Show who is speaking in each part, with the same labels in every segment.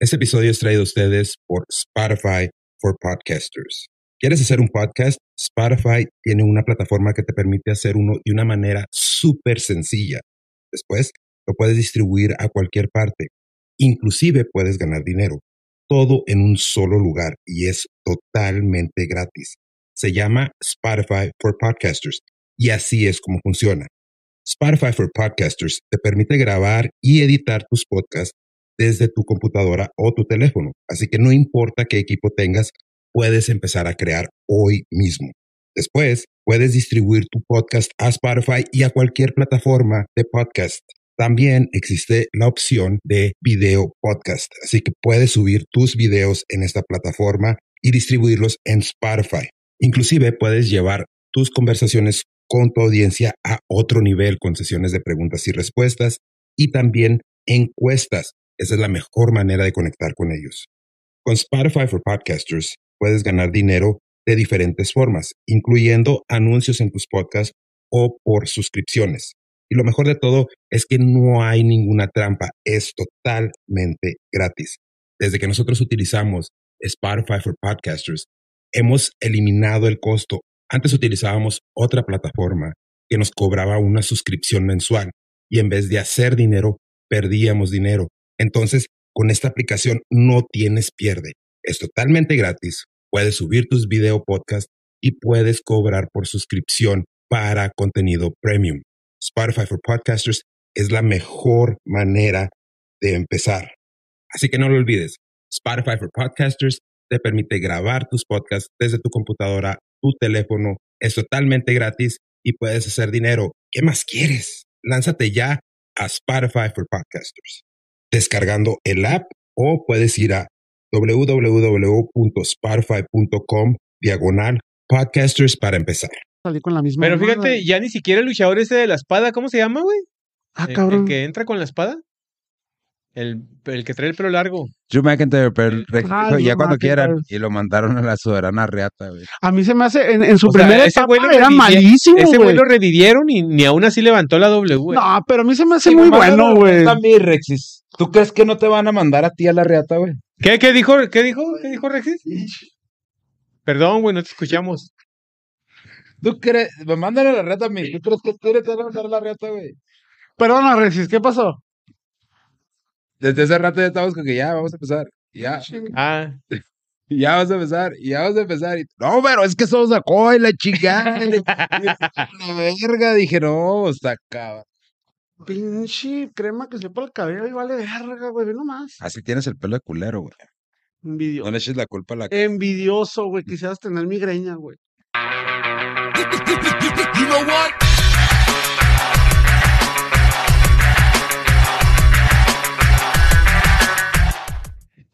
Speaker 1: Este episodio es traído a ustedes por Spotify for Podcasters. ¿Quieres hacer un podcast? Spotify tiene una plataforma que te permite hacer uno de una manera súper sencilla. Después, lo puedes distribuir a cualquier parte. Inclusive puedes ganar dinero. Todo en un solo lugar y es totalmente gratis. Se llama Spotify for Podcasters y así es como funciona. Spotify for Podcasters te permite grabar y editar tus podcasts desde tu computadora o tu teléfono. Así que no importa qué equipo tengas, puedes empezar a crear hoy mismo. Después, puedes distribuir tu podcast a Spotify y a cualquier plataforma de podcast. También existe la opción de video podcast, así que puedes subir tus videos en esta plataforma y distribuirlos en Spotify. Inclusive puedes llevar tus conversaciones con tu audiencia a otro nivel con sesiones de preguntas y respuestas y también encuestas. Esa es la mejor manera de conectar con ellos. Con Spotify for Podcasters puedes ganar dinero de diferentes formas, incluyendo anuncios en tus podcasts o por suscripciones. Y lo mejor de todo es que no hay ninguna trampa, es totalmente gratis. Desde que nosotros utilizamos Spotify for Podcasters, hemos eliminado el costo. Antes utilizábamos otra plataforma que nos cobraba una suscripción mensual y en vez de hacer dinero, perdíamos dinero. Entonces, con esta aplicación no tienes pierde. Es totalmente gratis. Puedes subir tus video podcasts y puedes cobrar por suscripción para contenido premium. Spotify for Podcasters es la mejor manera de empezar. Así que no lo olvides. Spotify for Podcasters te permite grabar tus podcasts desde tu computadora, tu teléfono. Es totalmente gratis y puedes hacer dinero. ¿Qué más quieres? Lánzate ya a Spotify for Podcasters descargando el app o puedes ir a www.spotify.com diagonal podcasters para empezar.
Speaker 2: Salí con la misma.
Speaker 3: Pero
Speaker 2: mamada.
Speaker 3: fíjate, ya ni siquiera el luchador ese de la espada, ¿cómo se llama, güey?
Speaker 2: Ah,
Speaker 3: El-
Speaker 4: eh,
Speaker 2: cabrón.
Speaker 3: El que entra con la espada. El, el que trae el pelo largo.
Speaker 4: Drew McIntyre, pero el rey
Speaker 2: Ah,
Speaker 4: dijo,
Speaker 2: Drew
Speaker 4: ya cuando quieran.
Speaker 2: McIntyre.
Speaker 4: Y lo mandaron a la soberana reata, güey.
Speaker 2: A mí se me hace, en, en su
Speaker 3: O sea,
Speaker 2: primera
Speaker 3: ese
Speaker 2: etapa
Speaker 3: güey lo
Speaker 2: era
Speaker 3: revivi-
Speaker 2: malísimo,
Speaker 3: Ese güey
Speaker 2: güey.
Speaker 3: lo revivieron y ni aún así levantó la W, güey.
Speaker 2: No, pero a mí se me hace muy bueno, güey.
Speaker 5: También, Rexis. ¿Tú crees que no te van a mandar a ti a la reata, güey?
Speaker 3: ¿Qué, qué dijo? ¿Qué dijo? ¿Qué dijo Rexis? Perdón, güey, no te escuchamos.
Speaker 5: ¿Tú crees? Me mandan a la reata a mí. ¿Tú crees que tú eres- te van a mandar a la reata, güey?
Speaker 2: Perdona, Resis, ¿qué pasó?
Speaker 5: Desde hace rato ya estamos con que ya vamos a empezar. Ya,
Speaker 3: Ah,
Speaker 5: ya vamos a empezar, ya vamos a empezar. Y, no, pero es que somos sacó y la chingada. y la verga, dije, no, está acaba.
Speaker 2: Pinche crema que se pone el cabello y vale verga, güey. Ve nomás.
Speaker 4: Así tienes el pelo de culero, güey. No
Speaker 2: Envidioso.
Speaker 4: le eches la culpa a la...
Speaker 2: Envidioso, güey. Quisieras tener migraña, güey.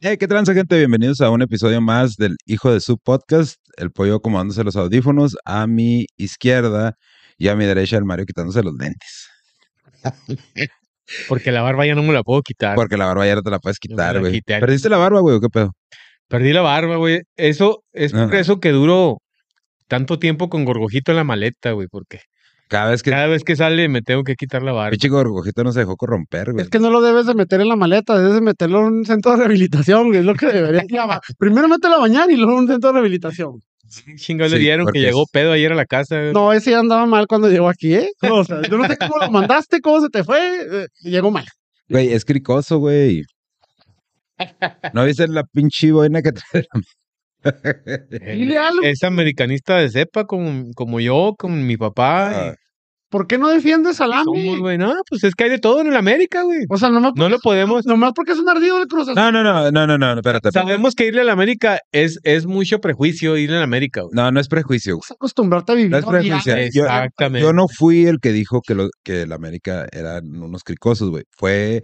Speaker 4: Hey, ¿qué tranza, gente? Bienvenidos a un episodio más del Hijo de su Podcast. El pollo acomodándose los audífonos a mi izquierda y a mi derecha el Mario quitándose los lentes.
Speaker 3: porque la barba ya no me la puedo quitar.
Speaker 4: Porque la barba ya no te la puedes
Speaker 3: me
Speaker 4: quitar,
Speaker 3: la
Speaker 4: güey.
Speaker 3: quité.
Speaker 4: ¿Perdiste la barba, güey? o ¿Qué pedo?
Speaker 3: Perdí la barba, güey. Eso es por
Speaker 4: Ah.
Speaker 3: eso que duró tanto tiempo con gorgojito en la maleta, güey, porque
Speaker 4: Cada vez que...
Speaker 3: cada vez que sale me tengo que quitar la barba.
Speaker 4: Pinche gorgojito no se dejó corromper, güey.
Speaker 2: Es que no lo debes de meter en la maleta, debes de meterlo en un centro de rehabilitación, güey. Es lo que debería llamar. Primero mételo a bañar y luego a un centro de rehabilitación.
Speaker 3: Chingados le
Speaker 4: Sí,
Speaker 3: dieron que
Speaker 4: porque
Speaker 3: llegó
Speaker 4: es-
Speaker 3: pedo ayer a la casa.
Speaker 2: No, ese ya andaba mal cuando llegó aquí, ¿eh? O sea, yo no sé cómo lo mandaste, cómo se te fue. eh, llegó mal.
Speaker 4: Güey, es cricoso, güey. ¿No viste la pinche boina que trae?
Speaker 3: Eh,
Speaker 2: Dile algo.
Speaker 3: Es americanista de cepa, como, como yo, con mi papá.
Speaker 4: Ah,
Speaker 2: ¿Por qué no defiendes al AME?
Speaker 3: Somos, güey. No, pues es que hay de todo en el América, güey.
Speaker 2: O sea, nomás,
Speaker 3: No lo podemos.
Speaker 2: nomás porque es un ardido del Cruz Azul.
Speaker 4: No, no, no, no, no, no, espérate. espérate.
Speaker 3: Sabemos que irle al América es, es mucho prejuicio irle al América, güey.
Speaker 4: No, no es prejuicio. güey.
Speaker 2: Vas a acostumbrarte a vivir.
Speaker 4: No es
Speaker 2: odiado.
Speaker 4: prejuicio. Yo,
Speaker 3: Exactamente.
Speaker 4: yo no fui el que dijo que, lo, que el América eran unos cricosos, güey. Fue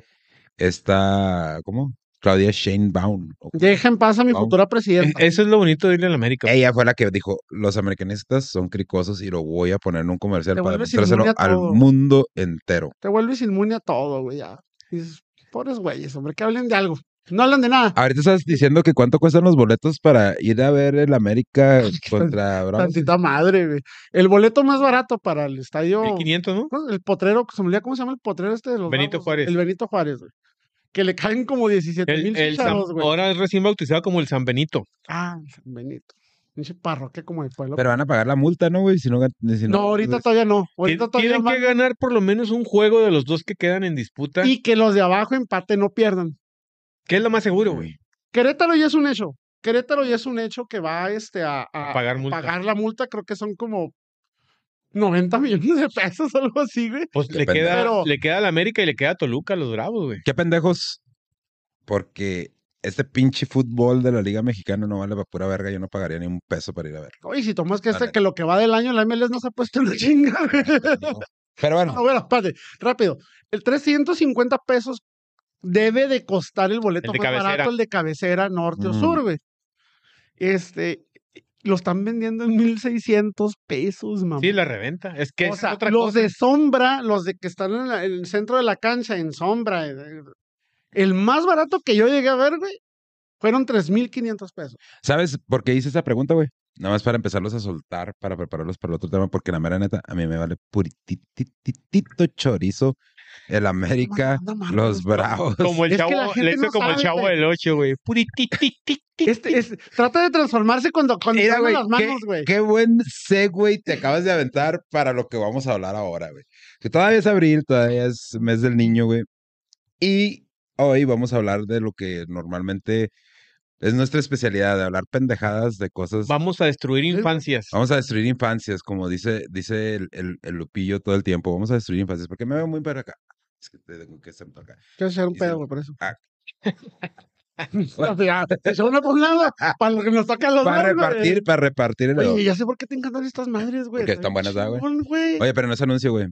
Speaker 4: esta, ¿cómo? Claudia Shane Baum. o-
Speaker 2: Deja en paz a mi
Speaker 4: Vamos.
Speaker 2: futura presidenta.
Speaker 3: Eso es lo bonito de irle al América. güey.
Speaker 4: Ella fue la que dijo, los americanistas son cricosos y lo voy a poner en un comercial
Speaker 2: Te
Speaker 4: para
Speaker 2: vuelves
Speaker 4: mostrárselo
Speaker 2: inmune a
Speaker 4: al
Speaker 2: todo.
Speaker 4: mundo entero.
Speaker 2: Te vuelves inmune a todo, güey, ya. Dices, pobres güeyes, hombre, que hablen de algo. No hablan de nada.
Speaker 4: Ahorita estás diciendo que cuánto cuestan los boletos para ir a ver el América contra Bravos.
Speaker 2: Tantita madre, güey. El boleto más barato para el estadio.
Speaker 3: 1500, ¿no?
Speaker 2: ¿cómo? El potrero, que se me olvida, ¿cómo se llama el potrero este de los
Speaker 3: Benito
Speaker 2: Bravos?
Speaker 3: Juárez.
Speaker 2: El Benito Juárez, güey. que le caen como 17 Pues, mil
Speaker 3: El, el San-
Speaker 2: chicharros, güey.
Speaker 3: ahora es recién bautizado como el San Benito.
Speaker 2: Ah, San Benito. Pinche parroquia como de pueblo.
Speaker 4: Pero van a pagar la multa, ¿no, güey? Si no, gan- si
Speaker 2: no, ahorita todavía Pues, no. Ahorita
Speaker 3: Tien-
Speaker 2: todavía
Speaker 3: Tienen que
Speaker 2: van-
Speaker 3: ganar por lo menos un juego de los dos que quedan en disputa.
Speaker 2: Y que los de abajo empaten, no pierdan.
Speaker 3: ¿Qué es lo más seguro,
Speaker 2: Ah,
Speaker 3: güey?
Speaker 2: Querétaro ya es un hecho. Querétaro ya es un hecho que va este, a, a-
Speaker 3: A pagar multa.
Speaker 2: pagar la multa. Creo que son como 90 millones de pesos, algo así, güey.
Speaker 3: Pues le
Speaker 4: Depende.
Speaker 3: queda,
Speaker 2: Pero-
Speaker 3: le queda a la América y le queda a Toluca, a los Bravos, güey.
Speaker 4: Qué pendejos. Porque este pinche fútbol de la Liga Mexicana no vale para pura verga. Yo no pagaría ni un peso para ir a ver.
Speaker 2: Oye, si tomas que,
Speaker 4: La
Speaker 2: este,
Speaker 4: neta.
Speaker 2: que lo que va del año la MLS no se ha puesto una chinga, güey.
Speaker 4: Pero
Speaker 2: Ah,
Speaker 4: bueno,
Speaker 2: bueno, espérate, rápido. El 350 pesos debe de costar el boleto
Speaker 3: El de
Speaker 2: más barato,
Speaker 3: cabecera.
Speaker 2: el de cabecera norte o
Speaker 4: Mm.
Speaker 2: sur, güey. Este, lo están vendiendo en 1600 pesos, mamá.
Speaker 3: Sí, la reventa. Es que
Speaker 2: o
Speaker 3: esa
Speaker 2: sea,
Speaker 3: es otra
Speaker 2: los
Speaker 3: cosa.
Speaker 2: de sombra, los de que están en, la- en el centro de la cancha, en sombra. eh, eh, El más barato que yo llegué a ver, güey, fueron 3.500 pesos.
Speaker 4: ¿sabes por qué hice esa pregunta, güey? Nada más para empezarlos a soltar, para prepararlos para el otro tema, porque la mera neta, a mí me vale puritititito chorizo el América,
Speaker 2: Anda, anda,
Speaker 4: los
Speaker 2: manda.
Speaker 4: bravos.
Speaker 3: Como el
Speaker 2: Es que
Speaker 3: chavo,
Speaker 2: la gente
Speaker 3: le hizo
Speaker 2: no
Speaker 3: como el
Speaker 2: sabe,
Speaker 3: chavo
Speaker 2: güey.
Speaker 3: del 8, güey. Puritititititititititititititititititititititititititititititititititititititititititititititititititititititititito
Speaker 2: Este, es- trata de transformarse cuando, cuando
Speaker 4: Mira,
Speaker 2: tiene
Speaker 4: güey,
Speaker 2: las manos, güey.
Speaker 4: Qué buen segue te acabas de aventar para lo que vamos a hablar ahora, güey. Que todavía es abril, todavía es mes del niño, güey. Y hoy vamos a hablar de lo que normalmente es nuestra especialidad, de hablar pendejadas de cosas.
Speaker 3: Vamos a destruir infancias.
Speaker 4: Vamos a destruir infancias, como dice, dice el, el- el Lupillo todo el tiempo. Vamos a destruir infancias, porque me veo muy para acá. Es que tengo que estar para acá.
Speaker 2: Quiero echar un
Speaker 4: Dice,
Speaker 2: pedo, güey, por eso.
Speaker 4: ah.
Speaker 2: O sea, se echó una por nada para lo que nos toca a los
Speaker 4: Para
Speaker 2: dos, Pues güey.
Speaker 4: repartir, para repartir el
Speaker 2: Oye, ya sé por qué te encantan estas madres, güey.
Speaker 4: Porque
Speaker 2: Está
Speaker 4: están buenas, ¿verdad, güey?
Speaker 2: chingón, güey.
Speaker 4: Oye, pero no es anuncio, güey.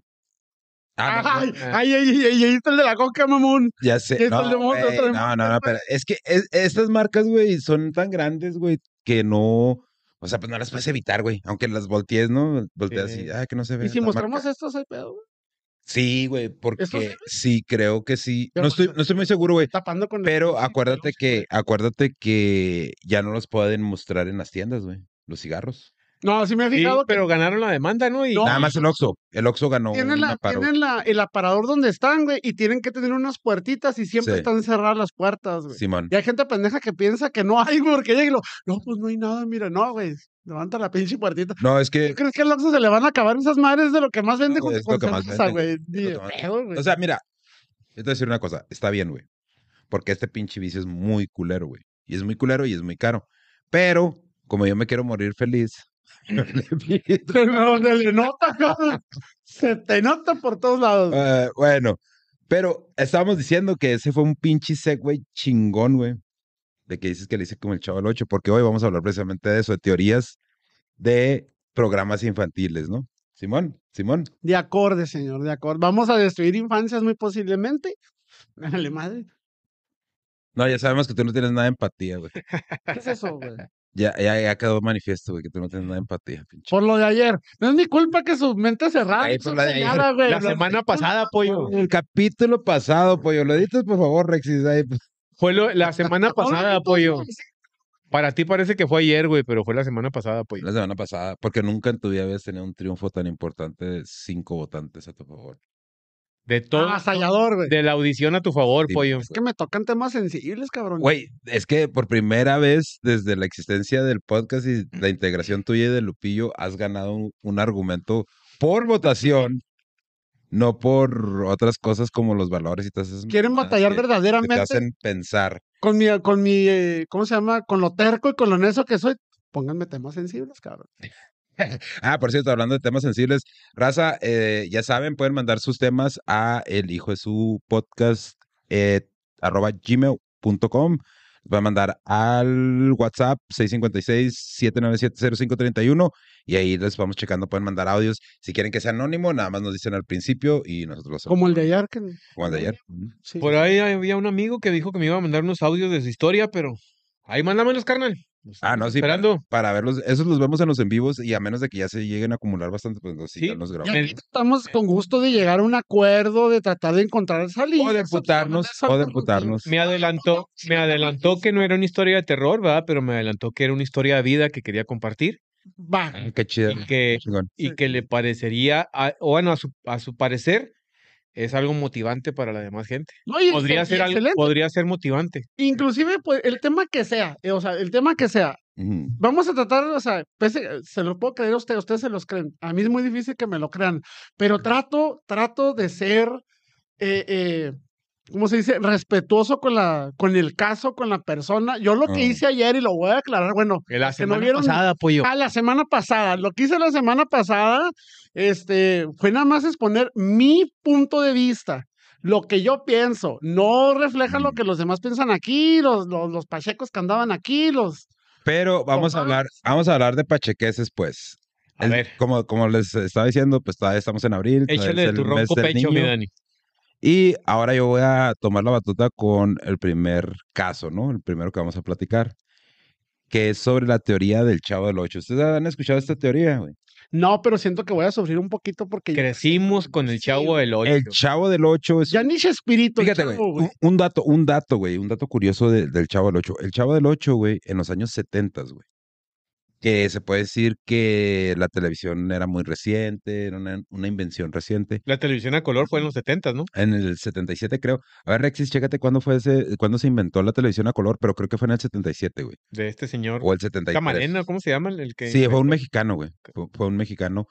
Speaker 4: Ah, no, no,
Speaker 2: Ay, ay, ay, ay, ay, ahí está el de la coca, mamón.
Speaker 4: Ya sé.
Speaker 2: Ya está el
Speaker 4: No,
Speaker 2: de moda,
Speaker 4: güey,
Speaker 2: otra de
Speaker 4: no, no, no, pero es que es- estas marcas, güey, son tan grandes, güey, que no. O sea, pues no las puedes evitar, güey. Aunque las voltees, ¿no? Volteas
Speaker 3: Sí.
Speaker 4: y, ay, que no se ve.
Speaker 2: Y si
Speaker 4: la
Speaker 2: mostramos
Speaker 4: marca".
Speaker 2: estos, hay pedo, güey.
Speaker 4: Sí, güey,
Speaker 2: ¿Esto se
Speaker 4: porque
Speaker 2: ve?
Speaker 4: sí, creo que sí.
Speaker 2: Ya
Speaker 4: No estoy,
Speaker 2: pasó.
Speaker 4: no estoy muy seguro, güey.
Speaker 2: Tapando con el-
Speaker 4: Pero acuérdate que, acuérdate que ya no los pueden mostrar en las tiendas, güey. Los cigarros.
Speaker 2: No, sí me he
Speaker 3: Sí,
Speaker 2: fijado que
Speaker 3: pero ganaron la demanda, ¿no? Y
Speaker 2: No.
Speaker 4: Nada más el Oxxo. El Oxxo ganó
Speaker 2: tienen,
Speaker 4: una
Speaker 2: la,
Speaker 4: paro.
Speaker 2: tienen la- el aparador donde están, güey, y tienen que tener unas puertitas y siempre
Speaker 4: Sí.
Speaker 2: están cerradas las puertas, güey.
Speaker 4: Simón.
Speaker 2: Y hay gente pendeja que piensa que no hay, güey, porque llega y lo, no, pues no hay nada, mira, no, güey, levanta la pinche puertita.
Speaker 4: No, es que
Speaker 2: ¿Tú crees que al Oxxo se le van a acabar esas madres de lo que más vende
Speaker 4: No, güey,
Speaker 2: junto
Speaker 4: es
Speaker 2: con
Speaker 4: lo que más
Speaker 2: cerveza, güey?
Speaker 4: vende,
Speaker 2: Ni
Speaker 4: es
Speaker 2: de
Speaker 4: lo que más
Speaker 2: pedo, güey.
Speaker 4: O sea, mira, yo te voy a decir una cosa, está bien, güey. Porque este pinche vicio es muy culero, güey. Y es muy culero y es muy caro. Pero, como yo me quiero morir feliz,
Speaker 2: Se no- se le nota, cabrón. Se te nota por todos lados. güey.
Speaker 4: eh, bueno, pero estábamos diciendo que ese fue un pinche segue chingón, güey. De que dices que le hice como el chavo del 8, porque hoy vamos a hablar precisamente de eso, de teorías de programas infantiles, ¿no? Simón, Simón.
Speaker 2: De acorde, señor, de acorde. Vamos a destruir infancias muy posiblemente. Dale, madre.
Speaker 4: No, ya sabemos que tú no tienes nada de empatía, güey.
Speaker 2: ¿Qué es eso, güey?
Speaker 4: Ya, ya, ya quedó manifiesto, güey, que tú no tienes nada de empatía, pinche.
Speaker 2: Por lo de ayer. No es mi culpa que su mente cerrada.
Speaker 4: Ay,
Speaker 2: es
Speaker 4: por la de ayer.
Speaker 2: obstinada, güey.
Speaker 3: la
Speaker 2: No es
Speaker 3: semana
Speaker 2: mi culpa.
Speaker 3: pasada, pollo.
Speaker 4: El capítulo pasado, pollo. Lo editas, por favor, Rexis. ahí. pues.
Speaker 3: Fue lo- la semana pasada,
Speaker 2: Ahora,
Speaker 3: pollo. Para ti parece que fue ayer, güey, pero fue la semana pasada, pollo.
Speaker 4: La semana pasada, porque nunca en tu vida habías tenido un triunfo tan importante de cinco votantes a tu favor.
Speaker 3: De todo.
Speaker 2: Ah, Avasallador, güey.
Speaker 3: de la audición a tu favor,
Speaker 4: Sí,
Speaker 3: pollo.
Speaker 4: pues,
Speaker 2: Es que me tocan temas sensibles, cabrón.
Speaker 4: Güey, es que por primera vez desde la existencia del podcast y la integración tuya y de Lupillo, has ganado un, un argumento por votación, no por otras cosas como los valores y todas esas
Speaker 2: Quieren
Speaker 4: mamadas
Speaker 2: batallar
Speaker 4: que- que te
Speaker 2: verdaderamente
Speaker 4: hacen pensar.
Speaker 2: con mi, con mi, eh, ¿cómo se llama? Con lo terco y con lo neso que soy. Pónganme temas sensibles, cabrón.
Speaker 4: Ah, por cierto, hablando de temas sensibles, Raza, eh, ya saben, pueden mandar sus temas a el hijo de su podcast eh, arroba gmail.com. Van a mandar al WhatsApp 656-797-0531 y ahí les vamos checando. Pueden mandar audios. Si quieren que sea anónimo, nada más nos dicen al principio y nosotros lo hacemos.
Speaker 2: Como el de ayer. Que,
Speaker 4: Como el de ayer.
Speaker 2: sí.
Speaker 3: Por ahí había un amigo que dijo que me iba a mandar unos audios de su historia, pero ahí mándamelos, carnal.
Speaker 4: Ah, no, sí.
Speaker 3: Esperando.
Speaker 4: Para verlos, esos los vemos en los en vivos y a menos de que ya se lleguen a acumular bastante, pues los,
Speaker 3: Sí.
Speaker 4: ya los grabamos.
Speaker 2: Y aquí
Speaker 3: Me-
Speaker 2: estamos con gusto de llegar a un acuerdo, de tratar de encontrar salida.
Speaker 4: O de putarnos, o de putarnos.
Speaker 3: Me adelantó, me adelantó que no era una historia de terror, ¿verdad? Pero me adelantó que era una historia de vida que quería compartir
Speaker 2: Va.
Speaker 4: Ah, Qué chido.
Speaker 3: y que,
Speaker 4: Chingón.
Speaker 3: y que le parecería, a- o bueno, a su, a su parecer, es algo motivante para la demás gente.
Speaker 2: No, y
Speaker 3: Podría
Speaker 2: y
Speaker 3: ser algo,
Speaker 2: excelente.
Speaker 3: podría ser motivante.
Speaker 2: Inclusive, pues, el tema que sea, eh, o sea, el tema que sea,
Speaker 4: Ujú.
Speaker 2: vamos a tratar, o sea, pese- se lo puedo creer a ustedes, ustedes se los creen. A mí es muy difícil que me lo crean, pero trato, trato de ser, eh, eh, ¿cómo se dice? Respetuoso con, la, con el caso, con la persona. Yo lo que
Speaker 4: Ah.
Speaker 2: hice ayer y lo voy a aclarar, bueno,
Speaker 3: La
Speaker 2: que no
Speaker 3: semana
Speaker 2: vieron-
Speaker 3: pasada, pollo.
Speaker 2: a la semana pasada, lo que hice la semana pasada, este, fue nada más exponer mi punto de vista. Lo que yo pienso, no refleja lo
Speaker 4: Mm.
Speaker 2: que los demás piensan aquí, los, los, los pachecos que andaban aquí, los...
Speaker 4: Pero vamos a hablar, vamos a hablar de pachequeses, pues.
Speaker 3: A
Speaker 4: El-
Speaker 3: ver,
Speaker 4: Como, como les estaba diciendo, pues todavía estamos en abril. todavía
Speaker 3: échale
Speaker 4: es
Speaker 3: de
Speaker 4: el
Speaker 3: tu
Speaker 4: mes
Speaker 3: ronco
Speaker 4: del
Speaker 3: pecho, mi
Speaker 4: niño.
Speaker 3: Dani.
Speaker 4: Y ahora yo voy a tomar la batuta con el primer caso, ¿no? El primero que vamos a platicar, que es sobre la teoría del Chavo del Ocho. ¿Ustedes han escuchado esta teoría, güey?
Speaker 2: No, pero siento que voy a sufrir un poquito porque ya,
Speaker 3: Crecimos con el
Speaker 2: Sí,
Speaker 3: chavo del ocho.
Speaker 4: El Chavo del Ocho es...
Speaker 2: ya ni espíritu.
Speaker 4: Fíjate, güey, un, un dato, un dato, güey, un dato curioso de- del Chavo del Ocho. El Chavo del Ocho, güey, en los años 70, güey, que se puede decir que la televisión era muy reciente, era una, una invención reciente.
Speaker 3: La televisión a color fue en los 70, ¿no?
Speaker 4: En el 77, creo. A ver, Rexis, chécate cuándo fue ese, cuándo se inventó la televisión a color, pero creo que fue en el 77, güey.
Speaker 3: De este señor.
Speaker 4: O el 73.
Speaker 3: Camarena, ¿cómo se llama? El el que
Speaker 4: Sí, fue un
Speaker 3: inventó?
Speaker 4: mexicano, güey. Fue, fue un mexicano.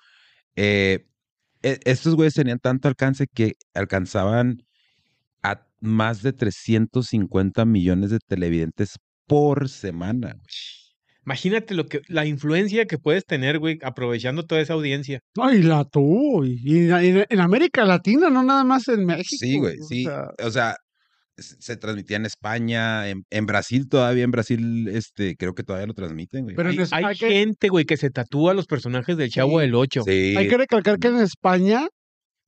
Speaker 4: Eh, e- estos güeyes tenían tanto alcance que alcanzaban a más de 350 millones de televidentes por semana. güey.
Speaker 3: Imagínate lo que, la influencia que puedes tener, güey, aprovechando toda esa audiencia.
Speaker 2: Ay, la tú. Y, y en, en América Latina, no nada más en México.
Speaker 4: Sí, güey,
Speaker 2: o
Speaker 4: sí.
Speaker 2: sea,
Speaker 4: O sea, se se transmitía en España, en, en Brasil todavía, en Brasil, este, creo que todavía lo transmiten, güey.
Speaker 2: pero en
Speaker 3: Hay,
Speaker 2: es-
Speaker 3: hay
Speaker 2: Pues, hay que,
Speaker 3: gente, güey, que se tatúa los personajes del chavo del ocho.
Speaker 4: Sí.
Speaker 2: hay que recalcar que en España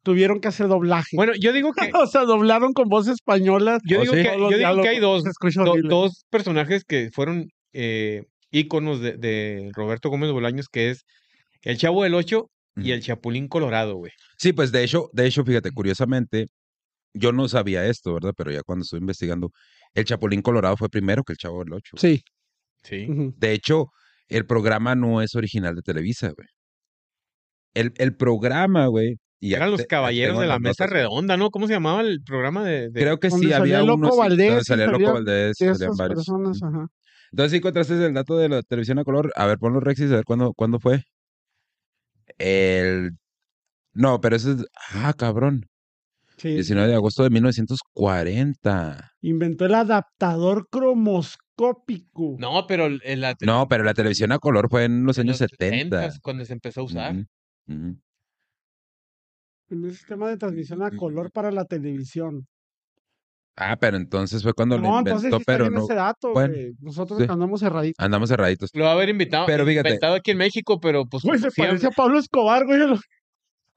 Speaker 2: tuvieron que hacer doblaje.
Speaker 3: Bueno, yo digo que
Speaker 2: o sea, doblaron con voz española.
Speaker 3: Yo
Speaker 4: ¿Oh,
Speaker 3: digo,
Speaker 4: sí?
Speaker 3: que,
Speaker 2: todos los
Speaker 3: yo digo que hay
Speaker 2: diálogos.
Speaker 3: dos,
Speaker 2: Se escucha
Speaker 3: do-
Speaker 2: horrible.
Speaker 3: dos personajes que fueron eh, íconos de, de Roberto Gómez Bolaños, que es el Chavo del Ocho y el Chapulín Colorado, güey.
Speaker 4: Sí, pues de hecho, de hecho, fíjate, curiosamente, yo no sabía esto, ¿verdad? Pero ya cuando estuve investigando, el Chapulín Colorado fue primero que el Chavo del Ocho.
Speaker 2: Sí.
Speaker 3: Sí.
Speaker 2: ujú.
Speaker 4: De hecho, el programa no es original de Televisa, güey. El, el programa, güey. y aquí
Speaker 3: Eran
Speaker 4: te-
Speaker 3: los
Speaker 4: aquí
Speaker 3: caballeros
Speaker 4: tengo
Speaker 3: de la
Speaker 4: las
Speaker 3: mesa
Speaker 4: notas, güey.
Speaker 3: redonda, ¿no? ¿Cómo se llamaba el programa de...? de-
Speaker 4: Creo que
Speaker 2: Donde
Speaker 4: sí,
Speaker 2: salía
Speaker 4: había
Speaker 2: Loco
Speaker 4: uno. sí,
Speaker 2: Valdés
Speaker 4: donde
Speaker 2: y
Speaker 4: salía
Speaker 2: salía
Speaker 4: Loco Valdés,
Speaker 2: De
Speaker 4: salían
Speaker 2: esas
Speaker 4: varios.
Speaker 2: personas,
Speaker 4: Ujú.
Speaker 2: ajá.
Speaker 4: Entonces, sí encontraste el dato de la televisión a color. A ver, ponlo, Rexis, a ver cuándo, cuándo fue. El. No, pero eso es. Ah, cabrón.
Speaker 2: Sí.
Speaker 4: 19 de agosto de 1940.
Speaker 2: Inventó el adaptador cromoscópico.
Speaker 3: No, pero el- el- la...
Speaker 4: No, pero la televisión a color fue en los
Speaker 3: en
Speaker 4: años
Speaker 3: los
Speaker 4: 70.
Speaker 3: 70s, cuando se empezó a usar.
Speaker 4: Ujú, ujú.
Speaker 2: Un sistema de transmisión a color para la televisión.
Speaker 4: Ah, pero entonces fue cuando lo
Speaker 2: No, entonces sí
Speaker 4: inventó,
Speaker 2: está
Speaker 4: pero
Speaker 2: bien
Speaker 4: no.
Speaker 2: ese dato,
Speaker 4: bueno,
Speaker 2: güey. Nosotros
Speaker 4: sí.
Speaker 2: andamos cerraditos.
Speaker 4: Andamos cerraditos.
Speaker 3: Lo va a haber invitado,
Speaker 4: Pero fíjate.
Speaker 3: inventado aquí en México, pero pues...
Speaker 2: Güey,
Speaker 3: como
Speaker 2: se
Speaker 3: siempre.
Speaker 2: parece a Pablo Escobar, güey.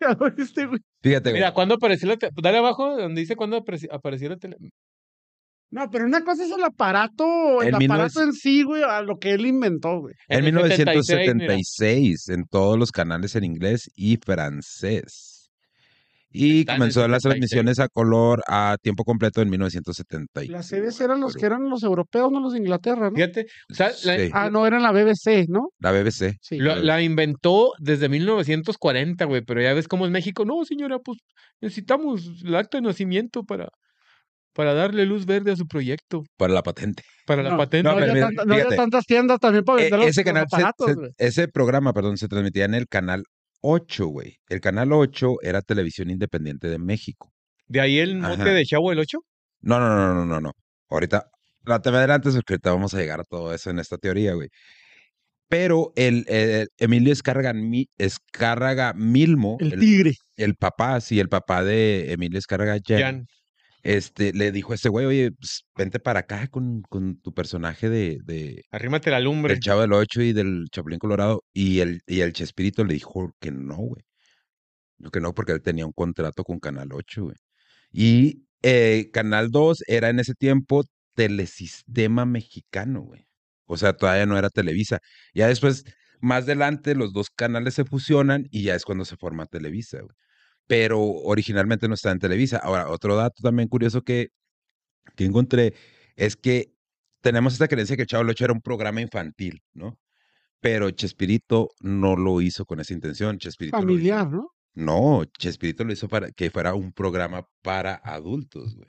Speaker 2: Ya lo viste, güey.
Speaker 4: Fíjate, güey.
Speaker 3: Mira, ¿cuándo apareció la... te- Dale abajo donde dice cuándo apareci- apareció la tele...
Speaker 2: No, pero una cosa es el aparato, el
Speaker 4: En mil
Speaker 2: aparato en sí, güey, a lo que él inventó, güey.
Speaker 4: en
Speaker 3: el 76, mira.
Speaker 4: 1976, en todos los canales en inglés y francés. Y
Speaker 3: Está en el
Speaker 4: comenzó
Speaker 3: 76.
Speaker 4: las transmisiones a color a tiempo completo en 1970.
Speaker 2: Las series eran los que eran los europeos, no los de Inglaterra, ¿no?
Speaker 3: Fíjate, o sea, la,
Speaker 4: Sí.
Speaker 2: Ah, no, eran la BBC, ¿no?
Speaker 4: La BBC.
Speaker 2: Sí.
Speaker 3: Lo-
Speaker 4: Pero-
Speaker 3: la inventó desde 1940, güey, pero ya ves cómo es México. No, señora, pues necesitamos el acta de nacimiento para, para darle luz verde a su proyecto,
Speaker 4: Para la patente.
Speaker 3: para la
Speaker 2: No,
Speaker 3: patente.
Speaker 2: No,
Speaker 4: No,
Speaker 2: había,
Speaker 4: pero mira,
Speaker 2: tanta- no había
Speaker 4: fíjate.
Speaker 2: tantas tiendas también para
Speaker 4: E-
Speaker 2: vender los,
Speaker 4: ese
Speaker 2: los
Speaker 4: canal, se-
Speaker 2: aparatos,
Speaker 4: se-
Speaker 2: güey.
Speaker 4: ese programa, perdón, se transmitía en el canal 8, güey. El canal 8 era Televisión Independiente de México.
Speaker 3: De ahí el mote
Speaker 4: Ajá.
Speaker 3: de Chavo el 8.
Speaker 4: No, no, no, no, no, no. Ahorita, la te adelante, porque ahorita vamos a llegar a todo eso en esta teoría, güey. Pero el, eh, Emilio Escárraga, Mi- Escárraga Milmo,
Speaker 2: El
Speaker 4: el,
Speaker 2: tigre.
Speaker 4: el papá, sí, el papá de Emilio Escárraga Jan,
Speaker 3: Jan.
Speaker 4: este, le dijo a este güey, oye, pues, vente para acá con, con tu personaje de, de,
Speaker 3: Arrímate la lumbre.
Speaker 4: del Chavo del Ocho y del Chapulín Colorado. Y el, y el Chespirito le dijo que no, güey. Dijo que no, porque él tenía un contrato con Canal 8, güey. Y eh, Canal 2 era en ese tiempo Telesistema Mexicano, güey. O sea, todavía no era Televisa. Ya después, más adelante, los dos canales se fusionan y ya es cuando se forma Televisa, güey. Pero originalmente no estaba en Televisa. Ahora, otro dato también curioso que, que encontré es que tenemos esta creencia que Chavo Locho era un programa infantil, ¿no? Pero Chespirito no lo hizo con esa intención. Chespirito lo hizo-
Speaker 2: Familiar, ¿no?
Speaker 4: No, Chespirito lo hizo para que fuera un programa para adultos, güey.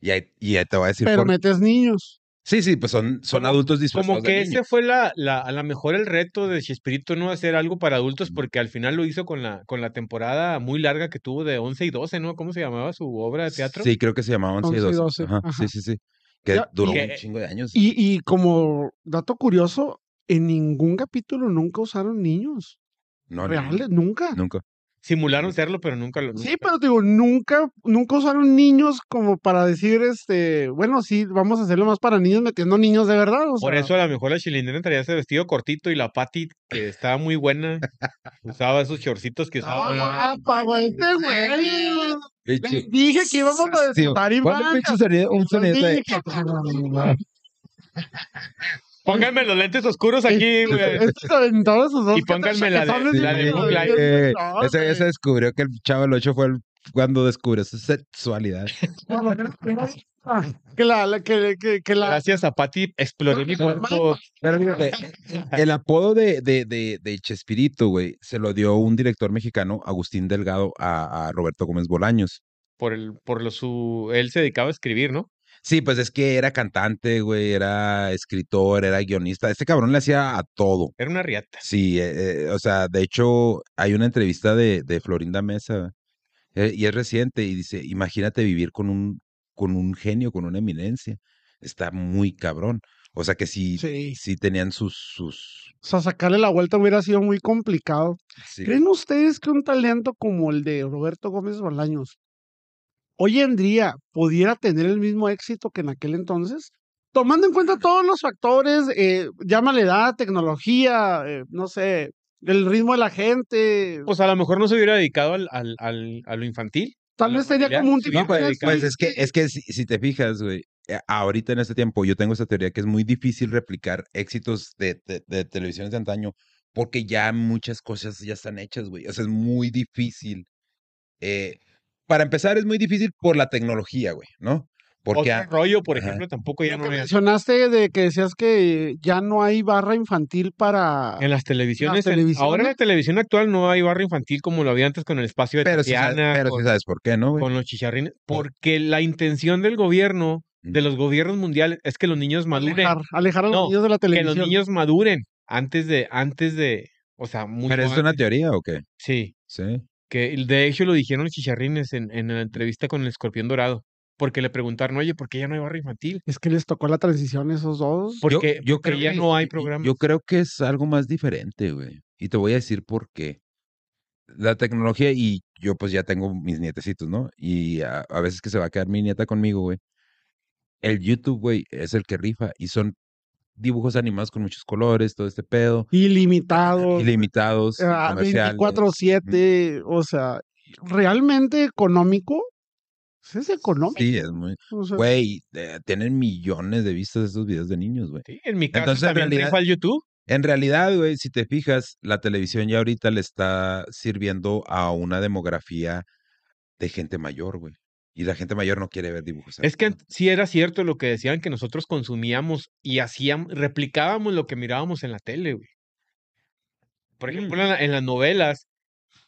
Speaker 4: Y ahí, y ahí te voy a decir
Speaker 2: Pero
Speaker 4: por-
Speaker 2: metes niños.
Speaker 4: Sí, sí, pues son, son
Speaker 3: Como-
Speaker 4: adultos disfrazados
Speaker 3: Como
Speaker 4: de
Speaker 3: que
Speaker 4: niños.
Speaker 3: ese fue la, la, a lo mejor el reto de Chespirito no hacer algo para adultos, porque al final lo hizo con la, con la temporada muy larga que tuvo de 11 y 12, ¿no? ¿Cómo se llamaba su obra de teatro?
Speaker 4: Sí, creo que se llamaba 11 y 12.
Speaker 2: 12,
Speaker 4: Ajá,
Speaker 2: ajá.
Speaker 4: Sí, sí, sí. Que
Speaker 2: Ya,
Speaker 4: duró
Speaker 3: y-
Speaker 4: un chingo de años.
Speaker 2: Y, y como dato curioso, en ningún capítulo nunca usaron niños.
Speaker 4: no, no, no,
Speaker 2: Reales, nunca.
Speaker 4: Nunca.
Speaker 3: Simularon serlo, pero nunca lo.
Speaker 2: Sí,
Speaker 3: nunca-
Speaker 2: pero te digo, nunca, nunca usaron niños como para decir, este, bueno, sí, vamos a hacerlo más para niños metiendo niños de verdad. O
Speaker 3: Por
Speaker 2: sea,
Speaker 3: eso a lo mejor la chilindrina traía ese vestido cortito y la Patty, que estaba muy buena, usaba esos shorcitos que usaba.
Speaker 2: Ah, guapa, güey, este güey. Les
Speaker 4: Pinche-
Speaker 2: dije que íbamos a
Speaker 4: Tío,
Speaker 2: disfrutar y
Speaker 4: ponle
Speaker 2: vacas,
Speaker 4: pinche sonido- un
Speaker 2: les
Speaker 4: sonido de-
Speaker 2: dije,
Speaker 3: Pónganme los lentes oscuros aquí, güey.
Speaker 2: Estos aventados sus dos.
Speaker 3: Y pónganme la de-
Speaker 2: cachazones
Speaker 3: la
Speaker 2: y
Speaker 3: de
Speaker 2: todo,
Speaker 3: Bud Light.
Speaker 2: güey.
Speaker 4: Eh,
Speaker 2: No,
Speaker 4: Ese
Speaker 2: güey.
Speaker 4: día se descubrió que el chavo del 8 fue el- cuando descubrió su sexualidad.
Speaker 2: Que la, la- que, que, que la.
Speaker 3: Gracias a Patty exploré mi cuerpo.
Speaker 4: Eh, El apodo de, de, de, de Chespirito, güey, se lo dio un director mexicano, Agustín Delgado, a, a Roberto Gómez Bolaños.
Speaker 3: Por, el, por lo su. Él se dedicaba a escribir, ¿no?
Speaker 4: Sí, pues es que era cantante, güey, era escritor, era guionista. Este cabrón le hacía a todo.
Speaker 3: Era una riata.
Speaker 4: Sí, eh, eh, o sea, de hecho, hay una entrevista de, de Florinda Mesa eh, y es reciente y dice, imagínate vivir con un, con un genio, con una eminencia. Está muy cabrón. O sea que sí,
Speaker 2: Sí.
Speaker 4: sí tenían sus... sus
Speaker 2: O sea, sacarle la vuelta hubiera sido muy complicado.
Speaker 4: sí.
Speaker 2: ¿Creen ustedes que un talento como el de Roberto Gómez Bolaños hoy en día pudiera tener el mismo éxito que en aquel entonces? Tomando en cuenta todos los factores, eh, llámale edad, tecnología, eh, no sé, el ritmo de la gente,
Speaker 3: Pues a lo mejor no se hubiera dedicado al, al, al- a lo infantil.
Speaker 2: tal
Speaker 3: la
Speaker 2: vez sería
Speaker 3: familiar,
Speaker 2: como un
Speaker 3: sí,
Speaker 2: tipo
Speaker 4: No,
Speaker 3: bien,
Speaker 2: de
Speaker 4: pues,
Speaker 3: dedicado.
Speaker 4: pues es que, es que si, si te fijas, güey, eh, ahorita en este tiempo yo tengo esta teoría que es muy difícil replicar éxitos de, de, de televisiones de antaño porque ya muchas cosas ya están hechas, güey. O sea, es muy difícil. eh, para empezar, es muy difícil por la tecnología, güey, ¿no? Porque...
Speaker 3: Otro
Speaker 4: a-
Speaker 3: rollo, por
Speaker 4: Ajá.
Speaker 3: ejemplo, tampoco ya
Speaker 2: Lo
Speaker 3: no
Speaker 2: que
Speaker 3: había.
Speaker 2: mencionaste de que decías que ya no hay barra infantil para...
Speaker 3: En las televisiones, en-
Speaker 2: televisión,
Speaker 3: ahora en
Speaker 2: ¿no?
Speaker 3: la televisión actual no hay barrio infantil como lo había antes con el espacio de
Speaker 4: Pero, sí sabes,
Speaker 3: Tatiana,
Speaker 4: pero sí
Speaker 3: con,
Speaker 4: sabes por qué, ¿no, güey?
Speaker 3: con los chicharrines, porque la intención del gobierno, de
Speaker 4: Ujú.
Speaker 3: los gobiernos mundiales, es que los niños maduren,
Speaker 2: Alejar, alejar a los
Speaker 3: No,
Speaker 2: niños de la
Speaker 3: que
Speaker 2: televisión.
Speaker 3: los niños maduren antes de, antes de, o sea, mucho
Speaker 4: ¿Pero es una
Speaker 3: antes.
Speaker 4: teoría o qué?
Speaker 3: Sí,
Speaker 4: Sí.
Speaker 3: que el- de hecho lo dijeron los chicharrines en, en la entrevista con el escorpión dorado, porque le preguntaron, oye, ¿por qué ya no hay barrio infantil?
Speaker 2: Es que les tocó la transición esos dos.
Speaker 4: Yo-
Speaker 3: Porque,
Speaker 4: yo
Speaker 3: porque
Speaker 4: creo
Speaker 3: ya
Speaker 4: que-
Speaker 3: no hay
Speaker 4: y- y-
Speaker 3: programas.
Speaker 4: Yo creo que es algo más diferente, güey. Y te voy a decir por qué. La tecnología, y yo pues ya tengo mis nietecitos, ¿no? Y a, a veces que se va a quedar mi nieta conmigo, güey. El YouTube, güey, es el que rifa. Y son dibujos animados con muchos colores, todo este pedo.
Speaker 3: Oh,
Speaker 2: Ilimitado.
Speaker 4: Ilimitados, y
Speaker 2: ah,
Speaker 4: comerciales.
Speaker 2: 24-7. O sea, realmente económico. Sí Es económico.
Speaker 4: Sí, es muy...
Speaker 2: o sea,
Speaker 4: Güey, eh, tienen millones de vistas esos videos de niños, güey.
Speaker 3: Sí, en mi caso
Speaker 4: Entonces, en
Speaker 3: también
Speaker 4: realidad-
Speaker 3: rifa el YouTube.
Speaker 4: En realidad, güey, si te fijas, la televisión ya ahorita le está sirviendo a una demografía de gente mayor, güey. Y la gente mayor no quiere ver dibujos.
Speaker 3: Es que
Speaker 4: animados.
Speaker 3: ant- sí era cierto lo que decían que nosotros consumíamos y hacíamos, replicábamos lo que mirábamos en la tele, güey. Por
Speaker 2: Mm.
Speaker 3: ejemplo, en, la- en las novelas,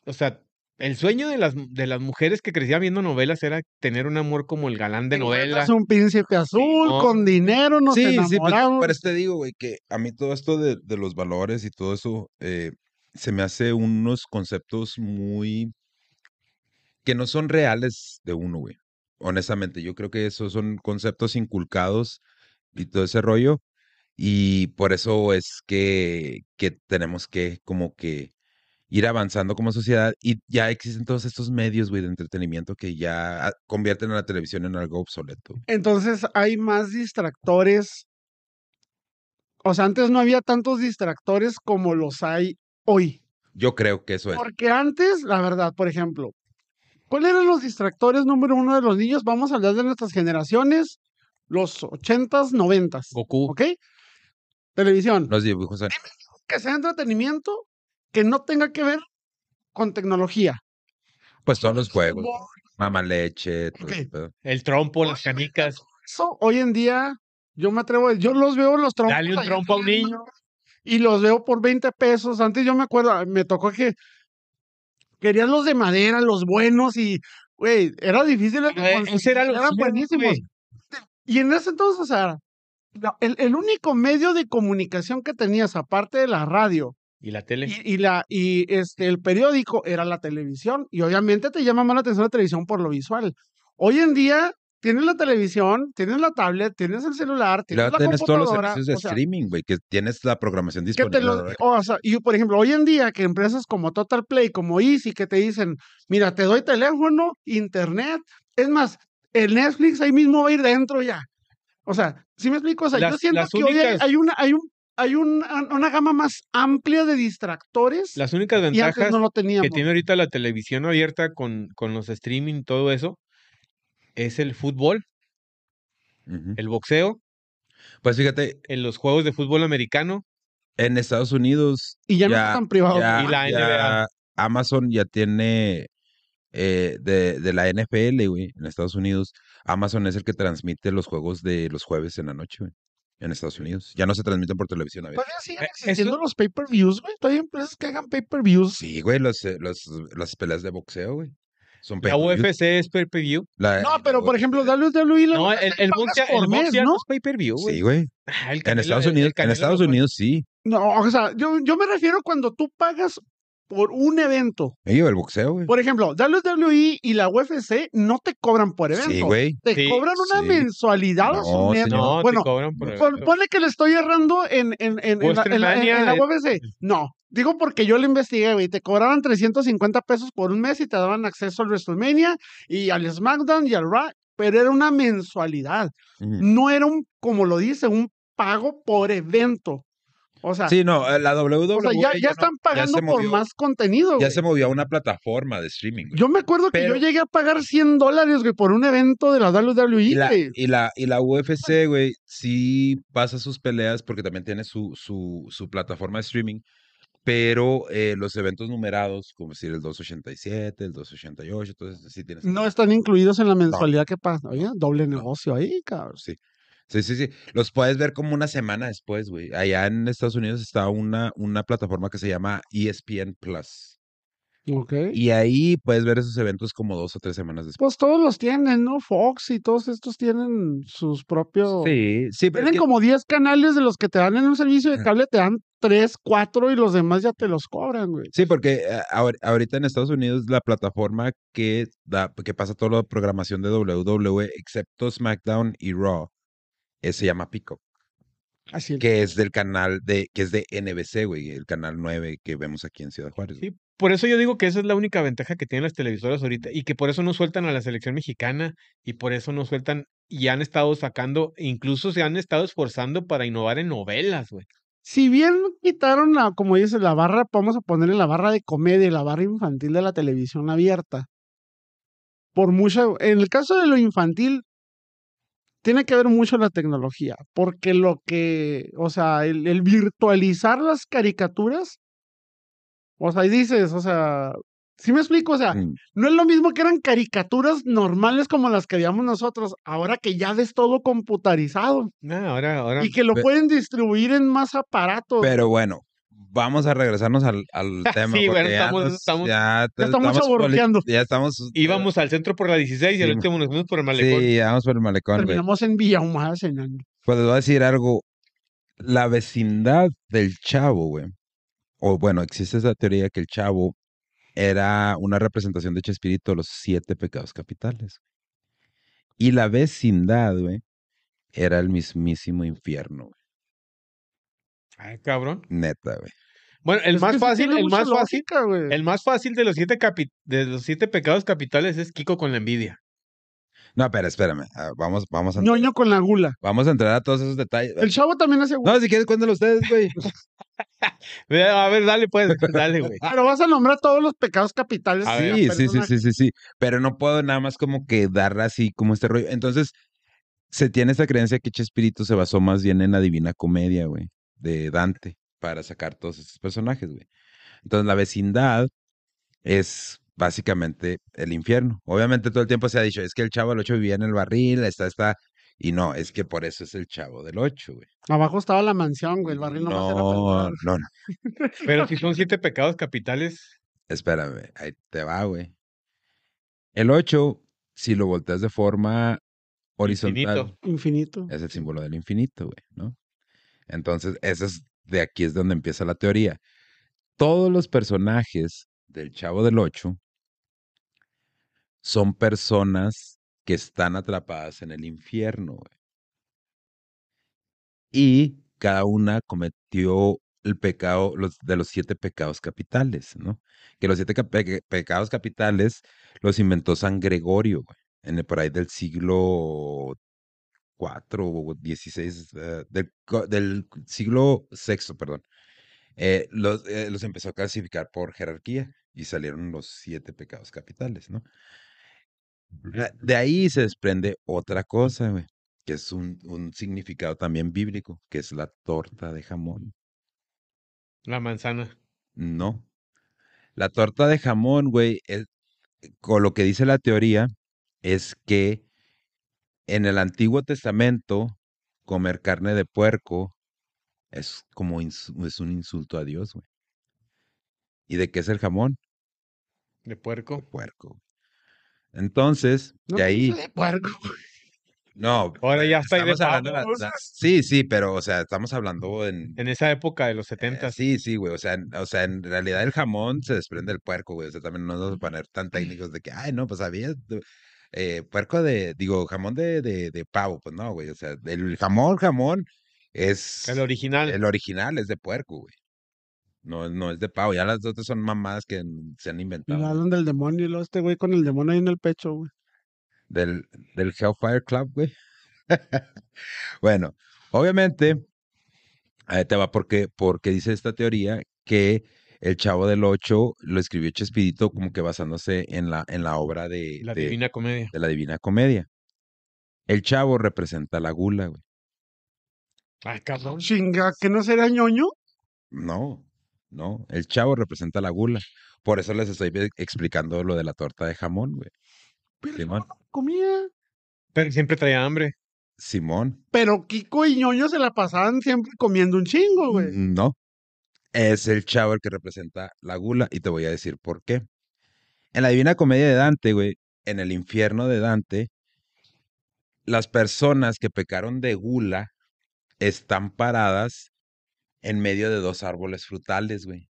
Speaker 3: o sea, el sueño de las, de las mujeres que crecían viendo novelas era tener un amor como el galán de novela.
Speaker 2: encuentras un príncipe azul
Speaker 3: no.
Speaker 2: con dinero, nos
Speaker 4: Sí, sí, pues,
Speaker 2: enamoramos.
Speaker 4: por eso te digo, güey, que a mí todo esto de, de los valores y todo eso eh, se me hace unos conceptos muy que no son reales de uno, güey. Honestamente, yo creo que esos son conceptos inculcados y todo ese rollo. Y por eso es que, que tenemos que como que ir avanzando como sociedad. Y ya existen todos estos medios, güey, de entretenimiento que ya ah, convierten a la televisión en algo obsoleto.
Speaker 2: Entonces hay más distractores. O sea, antes no había tantos distractores como los hay hoy.
Speaker 4: Yo creo que eso es.
Speaker 3: Pues
Speaker 2: Porque antes, la verdad, por ejemplo, ¿cuáles eran los distractores número uno de los niños? Vamos a hablar de nuestras generaciones, los ochentas, noventas,
Speaker 3: Goku.
Speaker 2: ¿ok? Televisión.
Speaker 4: Los dibujos an-
Speaker 2: Que sea entretenimiento que no tenga que ver con tecnología.
Speaker 4: Pues todos los juegos.
Speaker 2: Fútbol,
Speaker 4: Mama leche, todo
Speaker 2: Ok.
Speaker 4: ese pedo.
Speaker 3: El trompo, las canicas.
Speaker 2: Eso hoy en día, yo me atrevo, a- yo los veo los trompos.
Speaker 3: Dale un
Speaker 2: ahí
Speaker 3: trompo a un niño.
Speaker 2: Y los veo por 20 pesos. Antes yo me acuerdo, me tocó que, que querías los de madera, los buenos y, güey, era difícil. de
Speaker 3: Pero, eh,
Speaker 2: conseguir,
Speaker 3: ese era lo
Speaker 2: eran
Speaker 3: chido,
Speaker 2: buenísimos.
Speaker 3: güey.
Speaker 2: Y en ese entonces, o sea, la- el, el único medio de comunicación que tenías, aparte de la radio
Speaker 3: Y la tele.
Speaker 2: y, y la, y este, el periódico, era la televisión. Y obviamente te llama más la atención la televisión por lo visual. Hoy en día tienes la televisión, tienes la tablet, tienes el celular,
Speaker 4: Y
Speaker 2: tienes
Speaker 4: luego
Speaker 2: la
Speaker 4: tienes todos los
Speaker 2: computadora.
Speaker 4: servicios de
Speaker 2: o sea,
Speaker 4: streaming, güey, que tienes la programación
Speaker 2: que te
Speaker 4: disponible.
Speaker 2: lo-
Speaker 4: ¿verdad?
Speaker 2: o sea, y por ejemplo, hoy en día que empresas como Total Play, como Easy, que te dicen, mira, te doy teléfono, internet, es más, el Netflix ahí mismo va a ir dentro ya. O sea, si me explico, o sea, yo
Speaker 3: Las-
Speaker 2: siento
Speaker 3: las
Speaker 2: que hoy hay,
Speaker 3: únicas-
Speaker 2: hay una, hay un, hay un- an- una gama más amplia de distractores
Speaker 3: Las únicas
Speaker 2: y antes
Speaker 3: ventajas
Speaker 2: no lo teníamos.
Speaker 3: que tiene ahorita la televisión abierta con, con los streaming, todo eso, es el fútbol,
Speaker 4: Ujú.
Speaker 3: el boxeo,
Speaker 4: Pues fíjate,
Speaker 3: en los juegos de fútbol americano.
Speaker 4: en Estados Unidos
Speaker 2: y ya, no
Speaker 4: ya-
Speaker 2: está tan privado.
Speaker 4: ya,
Speaker 3: Y la
Speaker 4: ya
Speaker 3: NBA.
Speaker 4: Amazon ya tiene eh, de, de la NFL, güey, en Estados Unidos. Amazon es el que transmite los juegos de los jueves en la noche, güey, en Estados Unidos. Ya no se transmiten por televisión abierta.
Speaker 2: Todavía siguen
Speaker 3: Eh,
Speaker 2: existiendo
Speaker 3: eso-
Speaker 2: los pay-per-views, güey. Todavía hay empresas que hagan pay-per-views.
Speaker 4: Sí, güey, los, eh, los, las peleas de boxeo, güey. Son
Speaker 3: La
Speaker 4: pay-per-view.
Speaker 3: UFC es pay-per-view.
Speaker 4: La-
Speaker 2: No,
Speaker 4: la
Speaker 2: pero por
Speaker 4: UFC.
Speaker 2: ejemplo, E WWE la
Speaker 3: No, el,
Speaker 2: pagas
Speaker 3: el boxeo,
Speaker 2: por
Speaker 3: el
Speaker 2: mes,
Speaker 3: boxeo
Speaker 2: ¿no?
Speaker 3: no es pay-per-view, güey.
Speaker 4: Sí, güey.
Speaker 3: Ah, el
Speaker 4: En
Speaker 3: Canelo-
Speaker 4: Estados
Speaker 3: el- el
Speaker 4: Unidos, en
Speaker 3: Canelo
Speaker 4: Estados
Speaker 3: lo fue.
Speaker 4: Unidos sí.
Speaker 2: No, o sea, yo, yo me refiero cuando tú pagas por un evento.
Speaker 4: Ahí va el boxeo, güey.
Speaker 2: Por ejemplo, WWE y la UFC no te cobran por evento.
Speaker 4: Sí, güey.
Speaker 2: Te
Speaker 3: Sí,
Speaker 2: cobran una
Speaker 4: sí.
Speaker 2: mensualidad o su
Speaker 4: No,
Speaker 2: mes.
Speaker 4: señor.
Speaker 3: No,
Speaker 2: bueno,
Speaker 3: te cobran por
Speaker 2: pon-
Speaker 3: evento.
Speaker 2: ponle que le estoy errando en, en, en- en la, en la- en- en la
Speaker 3: Wrestlemania, eh.
Speaker 2: UFC. No, digo porque yo lo investigué, güey. Te cobraban 350 pesos por un mes y te daban acceso al WrestleMania y al SmackDown y al Raw, pero era una mensualidad.
Speaker 4: Ujú.
Speaker 2: No era un, como lo dice, un pago por evento. O sea,
Speaker 4: Sí, no, eh, la WWE.
Speaker 2: o sea, ya, ya
Speaker 4: no-
Speaker 2: están
Speaker 4: ya se
Speaker 2: pagando por
Speaker 4: movió-
Speaker 2: más contenido,
Speaker 4: Ya
Speaker 2: güey.
Speaker 4: se movió a una plataforma de streaming, güey.
Speaker 2: Yo me acuerdo que
Speaker 4: Pero-
Speaker 2: yo llegué a pagar 100 dólares, güey, por un evento de la WWE,
Speaker 4: Y la,
Speaker 2: güey.
Speaker 4: y, la, y la UFC, güey, sí pasa sus peleas porque también tiene su, su, su plataforma de streaming, pero eh, los eventos numerados, como decir el 287, el 288, entonces sí tienes.
Speaker 2: No están incluidos en la mensualidad que pagan. Oye, doble
Speaker 4: No.
Speaker 2: negocio ahí, cabrón.
Speaker 4: Sí. Sí, sí, sí. Los puedes ver como una semana después, güey. Allá en Estados Unidos está una, una plataforma que se llama E ESPN Plus.
Speaker 2: Ok.
Speaker 4: Y ahí puedes ver esos eventos como dos o tres semanas después.
Speaker 2: Pues todos los tienen, ¿no? Fox y todos estos tienen sus propios...
Speaker 3: Oh.
Speaker 4: Sí, sí, pero es
Speaker 2: Tienen
Speaker 4: que-
Speaker 2: como 10 canales de los que te dan en un servicio de
Speaker 4: Ujú.
Speaker 2: cable, te dan 3, 4 y los demás ya te los cobran, güey.
Speaker 4: Sí, porque eh, ahor- ahorita en Estados Unidos la plataforma que da, que pasa toda la programación de WWE, excepto SmackDown y Raw, eh, se llama Peacock,
Speaker 2: Así es.
Speaker 4: que es del canal de, que es de NBC, güey, el canal 9 que vemos aquí en Ciudad Juárez. güey.
Speaker 3: Sí, por eso yo digo que esa es la única ventaja que tienen las televisoras ahorita y que por eso no sueltan a la selección mexicana y por eso no sueltan y han estado sacando, incluso se han estado esforzando para innovar en novelas, güey.
Speaker 2: Si bien quitaron la, como dices, la barra, vamos a ponerle la barra de comedia, y la barra infantil de la televisión abierta. Por mucho, en el caso de lo infantil, tiene que ver mucho la tecnología, porque lo que, o sea, el, el virtualizar las caricaturas, o sea, ahí dices, o sea, si me explico, o sea,
Speaker 4: Mm.
Speaker 2: no es lo mismo que eran caricaturas normales como las que veíamos nosotros, ahora que ya ves todo computarizado
Speaker 3: No, ahora, ahora.
Speaker 2: y que lo
Speaker 4: Ve-
Speaker 2: pueden distribuir en más
Speaker 3: Oh.
Speaker 2: aparatos.
Speaker 4: Pero bueno, vamos a regresarnos al, al tema.
Speaker 3: Sí, bueno,
Speaker 4: porque ya
Speaker 3: estamos-
Speaker 4: nos-
Speaker 3: estamos-
Speaker 4: ya, te-
Speaker 2: estamos
Speaker 4: poli-
Speaker 2: chaborruqueando.
Speaker 4: Ya estamos.
Speaker 3: Íbamos al centro por la 16 y al
Speaker 4: Sí,
Speaker 3: último nos fuimos por el malecón.
Speaker 4: Sí, ya vamos por el malecón, güey.
Speaker 2: Terminamos en Villahumada cenando.
Speaker 4: Pues les voy a decir algo. La vecindad del chavo, güey. O bueno, existe esa teoría que el chavo era una representación de Chespirito de los siete pecados capitales. Y la vecindad, güey, era el mismísimo infierno, güey.
Speaker 3: Ay, cabrón.
Speaker 4: Neta, güey.
Speaker 3: Bueno, el
Speaker 2: Es que
Speaker 3: más
Speaker 2: sí
Speaker 3: fácil,
Speaker 2: tiene
Speaker 3: el
Speaker 2: mucha
Speaker 3: más fácil,
Speaker 2: lógica, güey.
Speaker 3: el más fácil de los siete capi- de los siete pecados capitales es Kiko con la envidia.
Speaker 4: No, pero espérame. ah, Vamos, vamos, a,
Speaker 2: ñoño con la gula.
Speaker 4: vamos a entrar a todos esos detalles.
Speaker 2: El chavo también hace gula.
Speaker 4: No, si quieres, cuéntenlo ustedes, güey.
Speaker 3: Ve, A ver, dale pues, dale, güey.
Speaker 2: Pero vas a nombrar todos los pecados capitales.
Speaker 3: A
Speaker 2: de la
Speaker 4: Sí, sí, sí,
Speaker 2: persona.
Speaker 4: sí, sí, sí. Pero no puedo nada más como que dar así como este rollo. Entonces, se tiene esta creencia que Chespirito se basó más bien en la Divina Comedia, güey, de Dante, para sacar todos esos personajes, güey. Entonces, la vecindad es básicamente el infierno. Obviamente todo el tiempo se ha dicho, es que el chavo del 8 vivía en el barril, está, está. Y no, es que por eso es el chavo del 8, güey.
Speaker 2: Abajo estaba la mansión, güey. El barril nomás era para
Speaker 4: No,
Speaker 2: entrar.
Speaker 4: no, no.
Speaker 3: Pero si son siete pecados capitales,
Speaker 4: Espérame, ahí te va, güey. El 8, si lo volteas de forma horizontal,
Speaker 3: Infinito.
Speaker 2: Infinito.
Speaker 4: es el símbolo del infinito, güey, ¿no? Entonces, eso es, de aquí es donde empieza la teoría. Todos los personajes del Chavo del 8 son personas que están atrapadas en el infierno, güey. Y cada una cometió el pecado los, de los siete pecados capitales, ¿no? Que los siete cap- pe- pecados capitales los inventó San Gregorio, güey, en el, por ahí del siglo 4 o 16, eh, del, co- del siglo VI, perdón, eh, los, eh, los empezó a clasificar por jerarquía y salieron los siete pecados capitales, ¿no? Ra- De ahí se desprende otra cosa, güey, que es un, un significado también bíblico, que es la torta de jamón.
Speaker 3: La manzana.
Speaker 4: No. La torta de jamón, güey, es- con lo que dice la teoría, es que en el Antiguo Testamento, comer carne de puerco es como ins- es un insulto a Dios, güey. ¿Y de qué es el jamón?
Speaker 3: De puerco.
Speaker 4: Puerco. Entonces,
Speaker 2: No,
Speaker 4: de ahí,
Speaker 2: de puerco.
Speaker 4: no,
Speaker 3: pues, eh,
Speaker 4: eh,
Speaker 3: Ahora ya está ahí de
Speaker 4: estamos hablando de la-
Speaker 3: pavos.
Speaker 4: la- sí, sí, pero, o sea, estamos hablando en,
Speaker 3: En esa época de los
Speaker 4: Eh,
Speaker 3: 70
Speaker 4: Sí, sí, güey. O sea, en, o sea, en realidad el jamón se desprende del puerco, güey. O sea, también no nos vamos a poner
Speaker 3: Mm.
Speaker 4: tan técnicos de que, ay, no, pues había tu- eh, puerco de, digo, jamón de, de, de pavo, pues no, güey. O sea, el jamón, jamón es
Speaker 3: el original.
Speaker 4: el original, es de puerco, güey. No, no es de pavo. Ya las otras son mamadas que n- se han
Speaker 2: Y
Speaker 4: inventado.
Speaker 2: lo
Speaker 4: güey.
Speaker 2: hablan del demonio y luego este güey con el demonio ahí en el pecho, güey.
Speaker 4: Del, del Hellfire Club, güey. bueno, obviamente, ahí te va porque, porque dice esta teoría que el Chavo del Ocho lo escribió Chespirito como que basándose en la, en la obra de,
Speaker 3: la
Speaker 4: de-
Speaker 3: Divina Comedia.
Speaker 4: de la Divina Comedia. El Chavo representa la gula, güey.
Speaker 3: Ah, cabrón.
Speaker 2: Chinga, ¿que no sería ñoño?
Speaker 4: No, no, el Chavo representa la gula. Por eso les estoy ve- explicando lo de la torta de jamón, güey.
Speaker 2: Pero
Speaker 4: Simón,
Speaker 2: comía.
Speaker 3: Pero siempre traía hambre.
Speaker 4: Simón,
Speaker 2: Pero Kiko y ñoño se la pasaban siempre comiendo un chingo, güey.
Speaker 4: no. Es el Chavo el que representa la gula y te voy a decir por qué. En la Divina Comedia de Dante, güey, en el infierno de Dante, las personas que pecaron de gula están paradas en medio de dos árboles frutales, güey.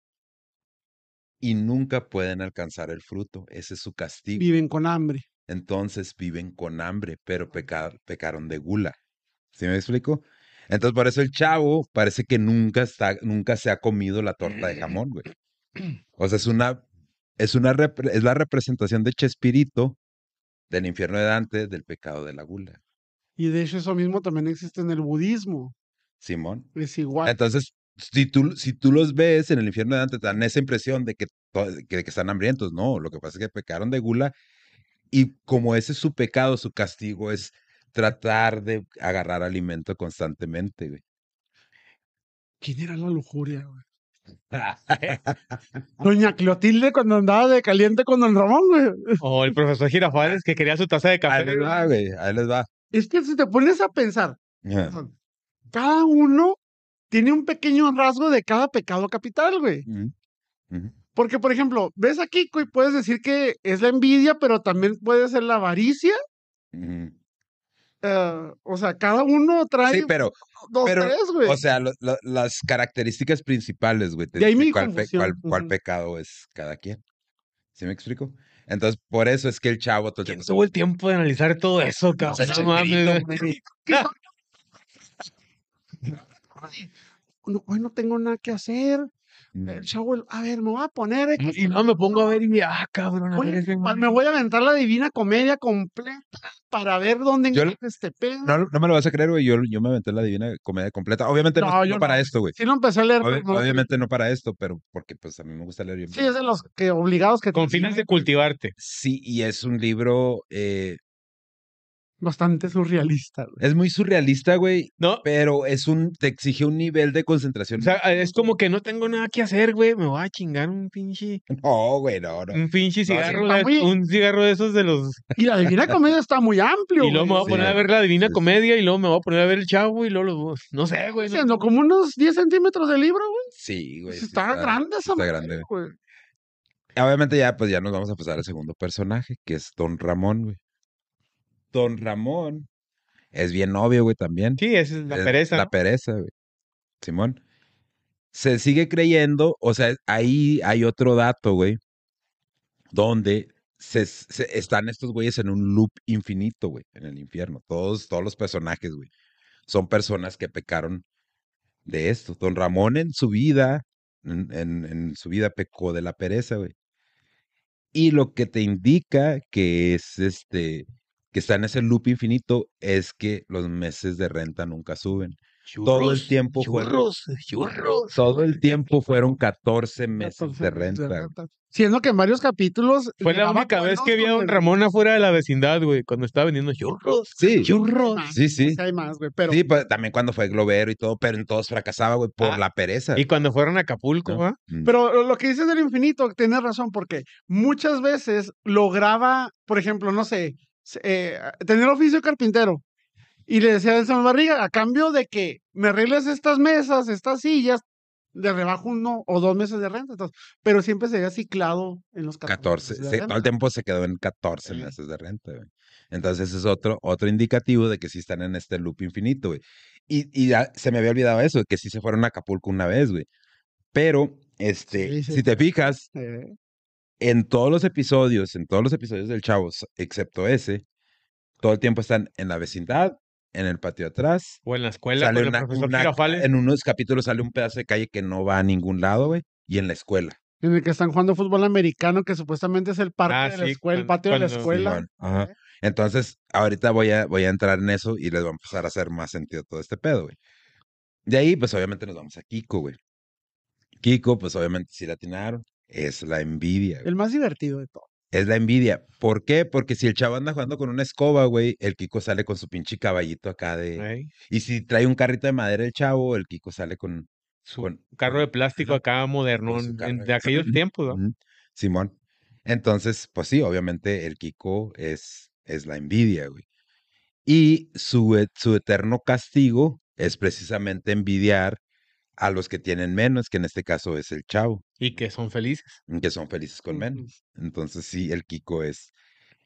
Speaker 4: Y nunca pueden alcanzar el fruto. Ese es su castigo.
Speaker 2: Viven con hambre.
Speaker 4: Entonces viven con hambre, pero peca- pecaron de gula. ¿Sí me explico? Entonces por eso el chavo parece que nunca está, nunca se ha comido la torta de jamón, güey. O sea, es una, es una, repre- es la representación de Chespirito, del infierno de Dante, del pecado de la gula.
Speaker 2: Y de hecho eso mismo también existe en el budismo.
Speaker 4: Simón.
Speaker 2: Es igual.
Speaker 4: Entonces, si tú, si tú los ves en el infierno de Dante, te dan esa impresión de que, to- que, que están hambrientos. No, lo que pasa es que pecaron de gula y como ese es su pecado, su castigo es tratar de agarrar alimento constantemente, güey.
Speaker 2: ¿Quién era la lujuria, güey? Doña Clotilde cuando andaba de caliente con Don Ramón, güey.
Speaker 3: O el profesor Girafales que quería su taza de café.
Speaker 4: Ahí les va, güey. Ahí les va.
Speaker 2: Es que si te pones a pensar,
Speaker 4: Ajá.
Speaker 2: cada uno tiene un pequeño rasgo de cada pecado capital, güey.
Speaker 4: Ujú, ujú.
Speaker 2: Porque, por ejemplo, ves a Kiko y puedes decir que es la envidia, pero también puede ser la avaricia.
Speaker 4: Ujú.
Speaker 2: eh, o sea, cada uno trae
Speaker 4: Sí, pero,
Speaker 2: dos,
Speaker 4: pero,
Speaker 2: tres, güey.
Speaker 4: o sea, lo- lo- las características principales, güey, te
Speaker 2: De ahí
Speaker 4: dice
Speaker 2: mi
Speaker 4: cuál, pe-
Speaker 2: confusión,
Speaker 4: cuál- cuál
Speaker 2: ujú.
Speaker 4: pecado es cada quien. ¿Sí me explico? Entonces, por eso es que el chavo todo el
Speaker 3: ¿Quién
Speaker 4: tiempo
Speaker 3: tuvo el tiempo de analizar todo eso, cabrón? No mames, güey.
Speaker 2: No, hoy no tengo nada que hacer. El
Speaker 4: Mm,
Speaker 2: chavo, el- a ver, me voy a poner. eh,
Speaker 3: Y no me pongo a ver y me, ah, cabrón, a
Speaker 2: voy a-
Speaker 3: ver, ese
Speaker 2: pa-
Speaker 3: güey.
Speaker 2: me voy a aventar la divina comedia completa para ver dónde
Speaker 4: Yo le-
Speaker 2: encaja este pedo.
Speaker 4: No, no me lo vas a creer, güey. Yo, yo me aventé la divina comedia completa. Obviamente no,
Speaker 2: No,
Speaker 4: no
Speaker 2: yo
Speaker 4: para
Speaker 2: no.
Speaker 4: esto, güey.
Speaker 2: Sí lo empecé a leer.
Speaker 4: Obvi-
Speaker 2: pero no lo-
Speaker 4: obviamente no para esto, pero porque pues a mí me gusta leer. yo-
Speaker 2: Sí, es de los que obligados que
Speaker 3: Con fines de cultivarte.
Speaker 4: Sí, y es un libro, eh,
Speaker 2: bastante surrealista. güey.
Speaker 4: es muy surrealista, güey,
Speaker 3: No,
Speaker 4: pero es un, te exige un nivel de
Speaker 3: o
Speaker 4: concentración.
Speaker 3: sea, es como que no tengo nada que hacer, güey. Me voy a chingar un pinche,
Speaker 4: no, güey, no, no.
Speaker 2: Mm,
Speaker 3: un pinche
Speaker 4: sí,
Speaker 3: cigarro,
Speaker 2: está
Speaker 3: de-
Speaker 2: muy-
Speaker 3: un cigarro de esos de los
Speaker 2: Y la divina comedia está muy amplio.
Speaker 3: Y luego me voy a
Speaker 4: Sí,
Speaker 2: güey.
Speaker 3: poner a
Speaker 4: eh.
Speaker 3: ver la Divina
Speaker 4: Sí, sí.
Speaker 3: Comedia y luego me voy a poner a ver el Chavo y luego los dos. No sé, güey. no-
Speaker 2: Siendo como unos 10 centímetros de libro, güey.
Speaker 4: Sí, güey.
Speaker 2: Pues
Speaker 4: sí
Speaker 2: está, grande esa
Speaker 4: está
Speaker 2: madre,
Speaker 4: grande, güey.
Speaker 2: güey.
Speaker 4: Obviamente ya, pues ya nos vamos a pasar al segundo personaje, que es Don Ramón, güey. Don Ramón es bien obvio, güey, también.
Speaker 3: Sí, esa es la
Speaker 4: Es
Speaker 3: pereza.
Speaker 4: La
Speaker 3: ¿no?
Speaker 4: pereza, güey. Simón. Se sigue creyendo, o sea, ahí hay otro dato, güey, donde se, se- están estos güeyes en un loop infinito, güey, en el infierno. Todos, todos los personajes, güey, son personas que pecaron de esto. Don Ramón en su vida, en, en- en su vida pecó de la pereza, güey. Y lo que te indica que es este, que está en ese loop infinito es que los meses de renta nunca suben. todo el tiempo fueron- Todo el tiempo fueron 14 meses de renta. güey.
Speaker 2: Siendo que en varios capítulos.
Speaker 3: Fue la
Speaker 2: llegaba
Speaker 3: única
Speaker 2: con
Speaker 3: vez
Speaker 2: los
Speaker 3: que vi a don
Speaker 2: donde-
Speaker 3: Ramón afuera de la vecindad, güey, cuando estaba vendiendo churros.
Speaker 4: Sí,
Speaker 2: Churros.
Speaker 4: sí, sí.
Speaker 2: Sí, hay más, güey. Pero
Speaker 4: Sí, pa- también cuando fue Globero y todo, pero en todos fracasaba, güey, por
Speaker 3: Ah,
Speaker 4: la pereza. Mm.
Speaker 3: Y cuando fueron a Acapulco,
Speaker 4: No.
Speaker 3: ¿va?
Speaker 2: Pero lo- lo que dices del infinito, tienes razón, porque muchas veces lograba, por ejemplo, no sé, s- eh, a- tener oficio de carpintero. Y le decía a Nelson Barriga, a cambio de que me arregles estas mesas, estas sillas, le rebajo uno o dos meses de renta. Entonces, pero siempre se había ciclado en los
Speaker 4: 14.
Speaker 2: 14. meses de
Speaker 4: se- todo el
Speaker 2: Pues, renta.
Speaker 4: tiempo se quedó en 14
Speaker 3: Sí.
Speaker 4: meses de renta, güey. Entonces ese es otro, otro indicativo de que sí están en este loop infinito, güey. Y, y ya se me había olvidado eso, que sí se fueron a Acapulco una vez, güey. Pero, este,
Speaker 2: Sí, sí.
Speaker 4: si te fijas,
Speaker 2: Eh,
Speaker 4: en todos los episodios, en todos los episodios del Chavo, s- excepto ese, todo el tiempo están en la vecindad, en el patio atrás.
Speaker 3: O en la escuela
Speaker 4: Sale
Speaker 3: con
Speaker 4: una,
Speaker 3: el profesor ¿eh?
Speaker 4: una-
Speaker 3: Girafales.
Speaker 4: en unos capítulos sale un pedazo de calle que no va a ningún lado, güey, y en la escuela.
Speaker 2: en el que están jugando fútbol americano, que supuestamente es el parque
Speaker 3: Ah,
Speaker 2: de la
Speaker 3: sí,
Speaker 2: escuela, el
Speaker 3: cuando-
Speaker 2: patio de la
Speaker 3: cuando-
Speaker 2: escuela.
Speaker 4: Simón, ajá. Entonces, ahorita voy a, voy a entrar en eso y les va a empezar a hacer más sentido todo este pedo, güey. De ahí, pues obviamente nos vamos a Kiko, güey. Kiko, pues obviamente sí la atinaron. Es la envidia, güey.
Speaker 2: El más divertido de todo.
Speaker 4: Es la envidia. ¿Por qué? Porque si el chavo anda jugando con una escoba, güey, el Kiko sale con su pinche caballito acá de...
Speaker 3: Ey,
Speaker 4: Y si trae un carrito de madera el chavo, el Kiko sale con...
Speaker 3: Su
Speaker 4: con-
Speaker 3: carro de plástico acá moderno
Speaker 4: su carro
Speaker 3: de
Speaker 4: de-
Speaker 3: aquellos tiempos, ¿va?
Speaker 4: Ujú, Simón. Entonces, pues sí, obviamente el Kiko es, es la envidia, güey. Y su, e- su eterno castigo es precisamente envidiar a los que tienen menos, que en este caso es el chavo,
Speaker 3: Y que son felices.
Speaker 4: que son felices con
Speaker 2: Ujú.
Speaker 4: menos. Entonces, sí, el Kiko es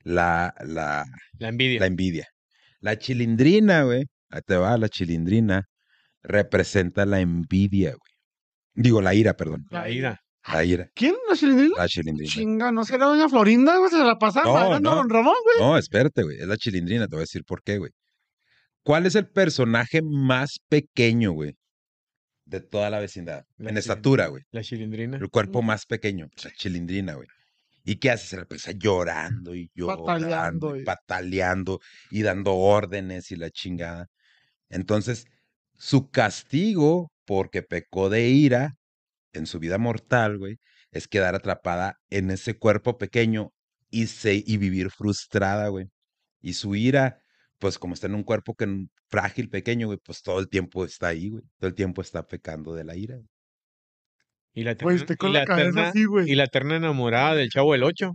Speaker 4: la, la,
Speaker 3: La envidia.
Speaker 4: la envidia. La chilindrina, güey. Ahí te va, la chilindrina representa la envidia, güey. Digo, la ira, perdón.
Speaker 3: La, ira.
Speaker 4: La ira.
Speaker 2: ¿Quién? ¿La chilindrina?
Speaker 4: La chilindrina.
Speaker 2: Chinga, ¿no será Doña Florinda? güey? se la pasaba
Speaker 4: No,
Speaker 2: bailando
Speaker 4: no.
Speaker 2: Don Ramón, güey.
Speaker 4: No, espérate, güey. Es la chilindrina, te voy a decir por qué, güey. ¿Cuál es el personaje más pequeño, güey? De toda la vecindad.
Speaker 3: La
Speaker 4: en
Speaker 3: chilindrina.
Speaker 4: estatura, güey.
Speaker 3: La chilindrina.
Speaker 4: El cuerpo más pequeño. pues, La chilindrina, güey. ¿Y qué hace? Se la pasa llorando y llorando.
Speaker 2: Pataleando
Speaker 4: y
Speaker 2: y-
Speaker 4: pataleando y dando órdenes y la chingada. Entonces, su castigo, porque pecó de ira en su vida mortal, güey, es quedar atrapada en ese cuerpo pequeño y, se, y vivir frustrada, güey. Y su ira, pues como está en un cuerpo que, n- frágil, pequeño, güey, pues todo el tiempo está ahí, güey. Todo el tiempo está pecando de la ira. güey.
Speaker 3: Y la
Speaker 2: Güey,
Speaker 3: terna,
Speaker 2: estoy
Speaker 3: y
Speaker 2: con
Speaker 3: la
Speaker 2: la, cabeza
Speaker 3: terna-
Speaker 2: así, güey.
Speaker 3: y la terna enamorada del chavo del 8.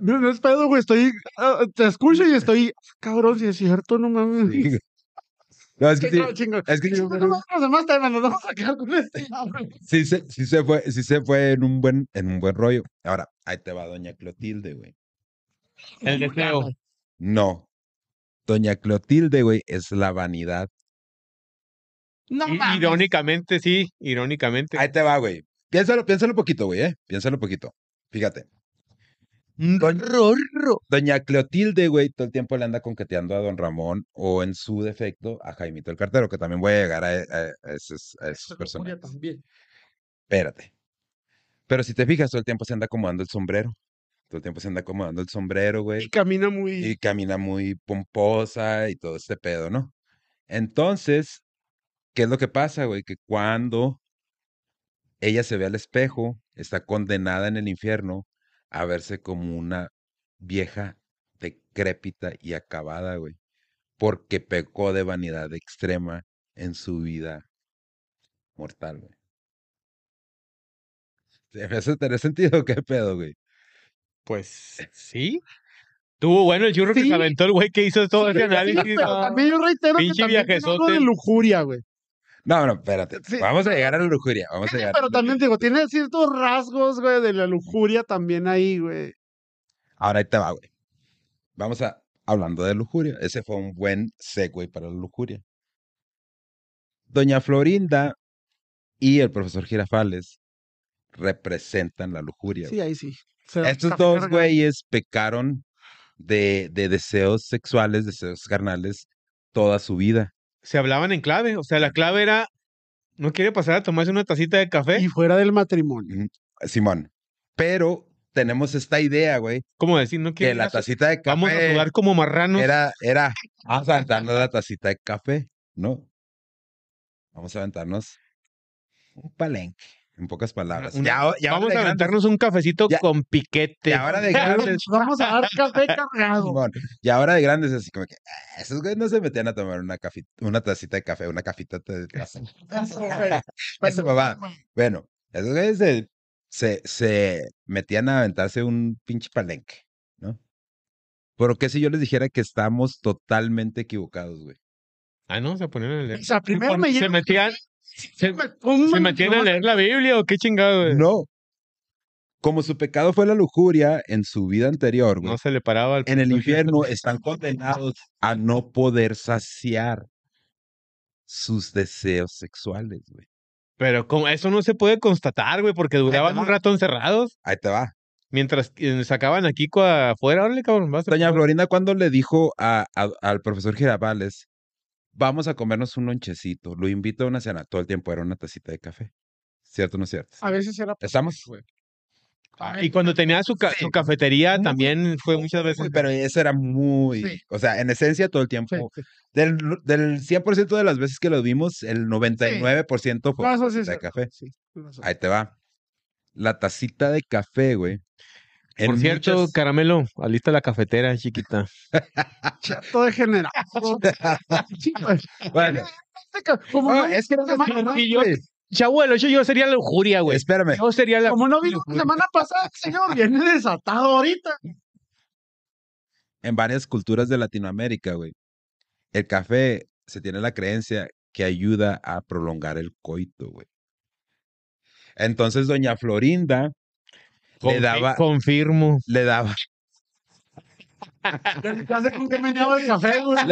Speaker 2: No, no es pedo, güey. Estoy. ah, te escucho y estoy. Cabrón, si es cierto, no mames.
Speaker 4: Sí, güey. No, es que
Speaker 2: Qué
Speaker 4: sí,
Speaker 2: cabrón, chingo.
Speaker 4: es que sí,
Speaker 2: No, no, no, Los demás temas nos vamos a quedar con este. cabrón.
Speaker 4: sí se, sí se fue, sí se fue en un buen, en un buen rollo. Ahora, ahí te va Doña Clotilde, güey.
Speaker 3: El deseo.
Speaker 4: No. Doña Clotilde, güey, es la vanidad.
Speaker 2: No
Speaker 3: I-
Speaker 2: mames.
Speaker 3: Irónicamente, sí, irónicamente.
Speaker 4: Ahí te va, güey. Piénsalo, piénsalo poquito, güey, ¿eh? Piénsalo poquito. Fíjate. Doña, Doña Clotilde, güey, todo el tiempo le anda conqueteando a Don Ramón o en su defecto a Jaimito el Cartero, que también voy a llegar a, a- a esos, a esos
Speaker 2: Esa
Speaker 4: personajes.
Speaker 2: lujuria también.
Speaker 4: Espérate. Pero si te fijas, todo el tiempo se anda acomodando el sombrero. Todo el tiempo se anda acomodando el sombrero, güey.
Speaker 2: Y camina muy.
Speaker 4: y camina muy pomposa y todo este pedo, ¿no? Entonces, ¿qué es lo que pasa, güey? Que cuando ella se ve al espejo, está condenada en el infierno a verse como una vieja decrépita y acabada, güey, porque pecó de vanidad extrema en su vida mortal, güey. ¿Te hace tener sentido? o ¿Qué pedo, güey?
Speaker 3: Pues sí. Tuvo bueno el churro que
Speaker 2: Sí.
Speaker 3: se aventó el güey que hizo todo
Speaker 2: Sí,
Speaker 3: ese
Speaker 2: pero
Speaker 4: "Ah,
Speaker 3: análisis. ¿va?
Speaker 2: también yo reitero que
Speaker 3: Pinche
Speaker 2: también tiene algo
Speaker 3: viajezote.
Speaker 2: de lujuria, güey.
Speaker 4: No, no, espérate.
Speaker 2: Sí.
Speaker 4: Vamos a llegar a la lujuria. Vamos a
Speaker 2: Sí,
Speaker 4: llegar.
Speaker 2: Pero también digo, tiene ciertos rasgos, güey, de la lujuria también ahí, güey.
Speaker 4: Ahora ahí te va, güey. Vamos a. Hablando de lujuria. Ese fue un buen segue para la lujuria. Doña Florinda y el profesor Girafales representan la lujuria.
Speaker 2: Sí, ahí sí. Se-
Speaker 4: Estos
Speaker 2: está
Speaker 4: dos
Speaker 2: verga.
Speaker 4: güeyes pecaron de, de deseos sexuales, deseos carnales, toda su vida.
Speaker 3: Se hablaban en clave. O sea, la clave era, no quiere pasar a tomarse una tacita de café.
Speaker 2: Y fuera del matrimonio.
Speaker 4: Simón. Pero tenemos esta idea, güey,
Speaker 3: ¿Cómo decir? No quiere
Speaker 4: que la
Speaker 3: ir a su-
Speaker 4: tacita de café
Speaker 3: Vamos a jugar como marranos.
Speaker 4: era, era vamos a aventarnos la tacita de café, ¿no? Vamos a aventarnos un palenque, en pocas palabras.
Speaker 3: Una-
Speaker 4: Ya- ya
Speaker 3: Vamos
Speaker 4: ahora de
Speaker 3: a
Speaker 4: grandes-
Speaker 3: aventarnos un cafecito
Speaker 4: Ya-
Speaker 3: con piquete.
Speaker 4: Y ahora de grandes,
Speaker 2: Vamos a dar café cargado.
Speaker 4: Simón, y ahora de grandes, así como que "Ah, esos güeyes no se metían a tomar una, cafi- una tacita de café, una cafita de taza.
Speaker 2: Eso, güey.
Speaker 3: Pues,
Speaker 4: Eso, papá.
Speaker 2: güey.
Speaker 4: Bueno, esos güeyes se, se, se metían a aventarse un pinche palenque, ¿no? Pero qué si yo les dijera que estamos totalmente equivocados, güey.
Speaker 3: Ah, no, se ponían a leer.
Speaker 2: O sea, primero
Speaker 3: Pon-
Speaker 2: me
Speaker 3: se
Speaker 2: llevo-
Speaker 3: metían, se,
Speaker 2: me pongo
Speaker 3: se
Speaker 2: en-
Speaker 3: metían a leer la Biblia o qué chingado, güey.
Speaker 4: No. Como su pecado fue la lujuria en su vida anterior, güey,
Speaker 3: No se le paraba al
Speaker 4: en el
Speaker 3: profesor.
Speaker 4: infierno están condenados a no poder saciar sus deseos sexuales, güey.
Speaker 3: Pero como, eso no se puede constatar, güey, porque duraban
Speaker 4: va.
Speaker 3: un rato encerrados
Speaker 4: Ahí te va.
Speaker 3: mientras eh, sacaban a Kiko afuera. Órale, cabrón, vas a-
Speaker 4: Doña Florinda, cuando le dijo a- a- al profesor Girabales, vamos a comernos un lonchecito, lo invito a una cena, todo el tiempo era una tacita de café. ¿Cierto o no es cierto?
Speaker 2: A veces era.
Speaker 4: ¿Estamos?
Speaker 2: güey.
Speaker 3: Ah, Y cuando tenía su, ca-
Speaker 4: Sí.
Speaker 3: su cafetería
Speaker 4: Muy-
Speaker 3: también fue muchas veces.
Speaker 4: Uy, pero eso era muy,
Speaker 2: Sí.
Speaker 4: o sea, en esencia todo el
Speaker 2: Sí,
Speaker 4: tiempo.
Speaker 2: sí.
Speaker 4: Del, del 100% de las veces que lo vimos, el 99% fue
Speaker 2: No, eso sí es
Speaker 4: de
Speaker 2: cierto,
Speaker 4: café.
Speaker 2: sí, tienes razón.
Speaker 4: Ahí te va. La tacita de café, güey. En
Speaker 3: Por cierto,
Speaker 4: muchas-
Speaker 3: Caramelo, alista la cafetera, chiquita.
Speaker 2: Chato degenerado. Chico,
Speaker 4: Bueno,
Speaker 2: Como
Speaker 4: ah,
Speaker 2: no,
Speaker 4: es que no
Speaker 2: semana-
Speaker 3: Y yo, chabuelo, yo, yo sería la lujuria, güey.
Speaker 4: espérame.
Speaker 3: Yo sería la...
Speaker 2: como no vino la semana pasada, señor, viene desatado ahorita.
Speaker 4: en varias culturas de Latinoamérica, güey. El café se tiene la creencia que ayuda a prolongar el coito, güey. Entonces, doña Florinda le
Speaker 3: Confi-
Speaker 4: daba,
Speaker 3: Confirmo.
Speaker 4: le daba,
Speaker 2: Ya sé con qué me llevo el café, güey.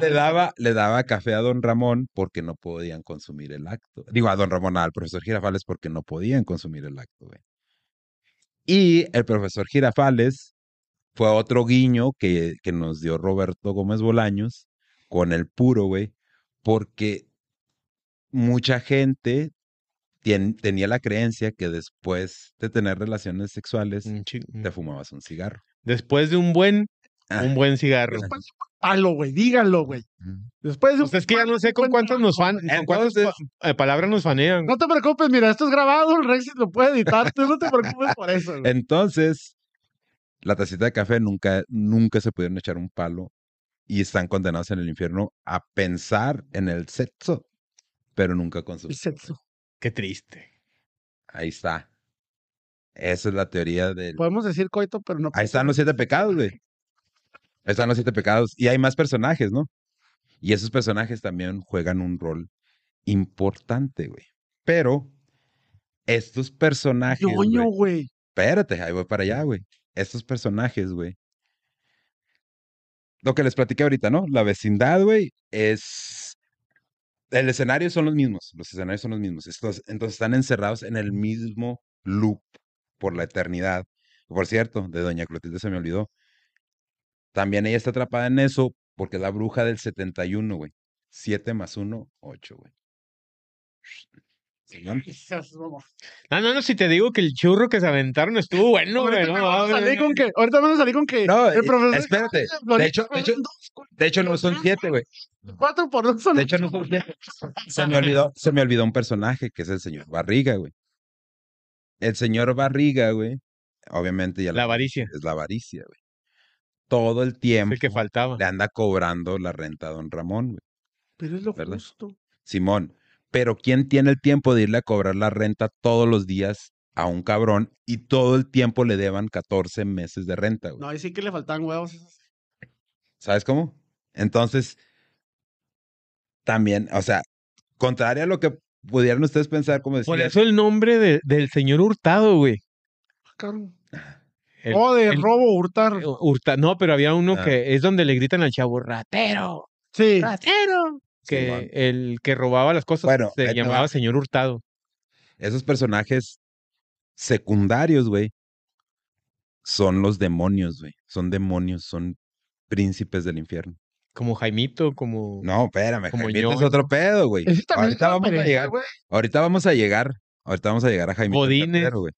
Speaker 4: le daba, le daba café a don Ramón porque no podían consumir el acto. Digo, a don Ramón, al profesor Girafales porque no podían consumir el acto, güey. Y el profesor Girafales fue otro guiño que, que nos dio Roberto Gómez Bolaños con el puro, güey, porque mucha gente tien- tenía la creencia que después de tener relaciones sexuales
Speaker 3: Un chi-
Speaker 4: te fumabas un cigarro.
Speaker 3: Después de un buen,
Speaker 4: Ah.
Speaker 3: un buen cigarro.
Speaker 2: Después de un palo, güey, díganlo, güey. Después de un
Speaker 3: Pues es que ya no sé con
Speaker 2: buen
Speaker 3: cuántos nos fan,
Speaker 2: trabajo,
Speaker 3: con cuántas
Speaker 4: Entonces-
Speaker 3: pa- eh, palabras nos fanean.
Speaker 2: No te preocupes, mira, esto es grabado, el Rexit lo puede editar, tú no te preocupes por eso. güey.
Speaker 4: Entonces, la tacita de café nunca, nunca se pudieron echar un palo y están condenados en el infierno a pensar en el sexo, pero nunca con
Speaker 2: El
Speaker 4: sus...
Speaker 2: sexo.
Speaker 3: Qué triste.
Speaker 4: Ahí está. Esa es la teoría del...
Speaker 2: Podemos decir coito, pero no.
Speaker 4: Ahí están los siete pecados, güey. Ahí están los siete pecados. Y hay más personajes, ¿no? Y esos personajes también juegan un rol importante, güey. Pero estos personajes... güey,
Speaker 2: Ñoño, güey.
Speaker 4: Espérate, ahí voy para allá, güey. Estos personajes, güey. Lo que les platiqué ahorita, ¿no? La vecindad, güey, es... El escenario son los mismos, los escenarios son los mismos. Estos, entonces están encerrados en el mismo loop por la eternidad. Por cierto, de Doña Clotilde se me olvidó. También ella está atrapada en eso porque es la bruja del 71, güey. 7 más 1, 8, güey. Simón.
Speaker 2: Quizás, vamos.
Speaker 3: No, no, no, si te digo que el churro que se aventaron estuvo bueno, güey.
Speaker 2: Ahorita
Speaker 3: No,
Speaker 2: me van a
Speaker 3: mames,
Speaker 2: salir
Speaker 3: no.
Speaker 2: con que, ahorita van a salir con que
Speaker 4: No, eh,
Speaker 2: el profesor.
Speaker 4: espérate.
Speaker 2: Florita,
Speaker 4: De hecho, de hecho,
Speaker 2: dos, cu-
Speaker 4: de hecho no son 7, güey.
Speaker 2: cuatro por dos son.
Speaker 4: De hecho, no son siete. Se me olvidó, se me olvidó un personaje que es el señor Barriga, güey. El señor Barriga, güey. Obviamente ya
Speaker 3: La avaricia,
Speaker 4: es la avaricia, güey. Todo el tiempo
Speaker 3: el que faltaba.
Speaker 4: le anda cobrando la renta a don Ramón, güey.
Speaker 2: Pero es lo
Speaker 4: ¿Verdad?
Speaker 2: justo.
Speaker 4: Simón. Pero ¿quién tiene el tiempo de irle a cobrar la renta todos los días a un cabrón y todo el tiempo le deban 14 meses de renta, güey?
Speaker 2: No, ahí sí que le faltan huevos.
Speaker 4: ¿Sabes cómo? Entonces, también, o sea, contraria a lo que pudieran ustedes pensar, como
Speaker 3: Por
Speaker 4: decía,
Speaker 3: eso el nombre de- del señor Hurtado, güey.
Speaker 2: Cabrón.
Speaker 4: Ah,
Speaker 3: El-
Speaker 2: oh, de
Speaker 3: el-
Speaker 2: robo, hurtar.
Speaker 3: Hurta- no, pero había uno
Speaker 4: Ah.
Speaker 3: que es donde le gritan al chavo, ratero,
Speaker 2: Sí.
Speaker 3: ratero. Que
Speaker 4: Simón.
Speaker 3: el que robaba las cosas
Speaker 4: Bueno, ahí
Speaker 3: se
Speaker 4: te va.
Speaker 3: llamaba señor Hurtado.
Speaker 4: esos personajes secundarios, güey, son los demonios, güey. Son demonios, son príncipes del infierno.
Speaker 3: Como Jaimito, como...
Speaker 4: No, espérame,
Speaker 3: Como
Speaker 4: Jaimito es
Speaker 3: yo. eh.
Speaker 4: otro pedo, güey.
Speaker 2: Ese también
Speaker 4: Ahorita
Speaker 2: es
Speaker 4: vamos a
Speaker 2: pereza,
Speaker 4: llegar.
Speaker 2: güey.
Speaker 4: Ahorita vamos a llegar. Ahorita vamos a llegar a Jaime.
Speaker 3: Godínez.
Speaker 4: güey.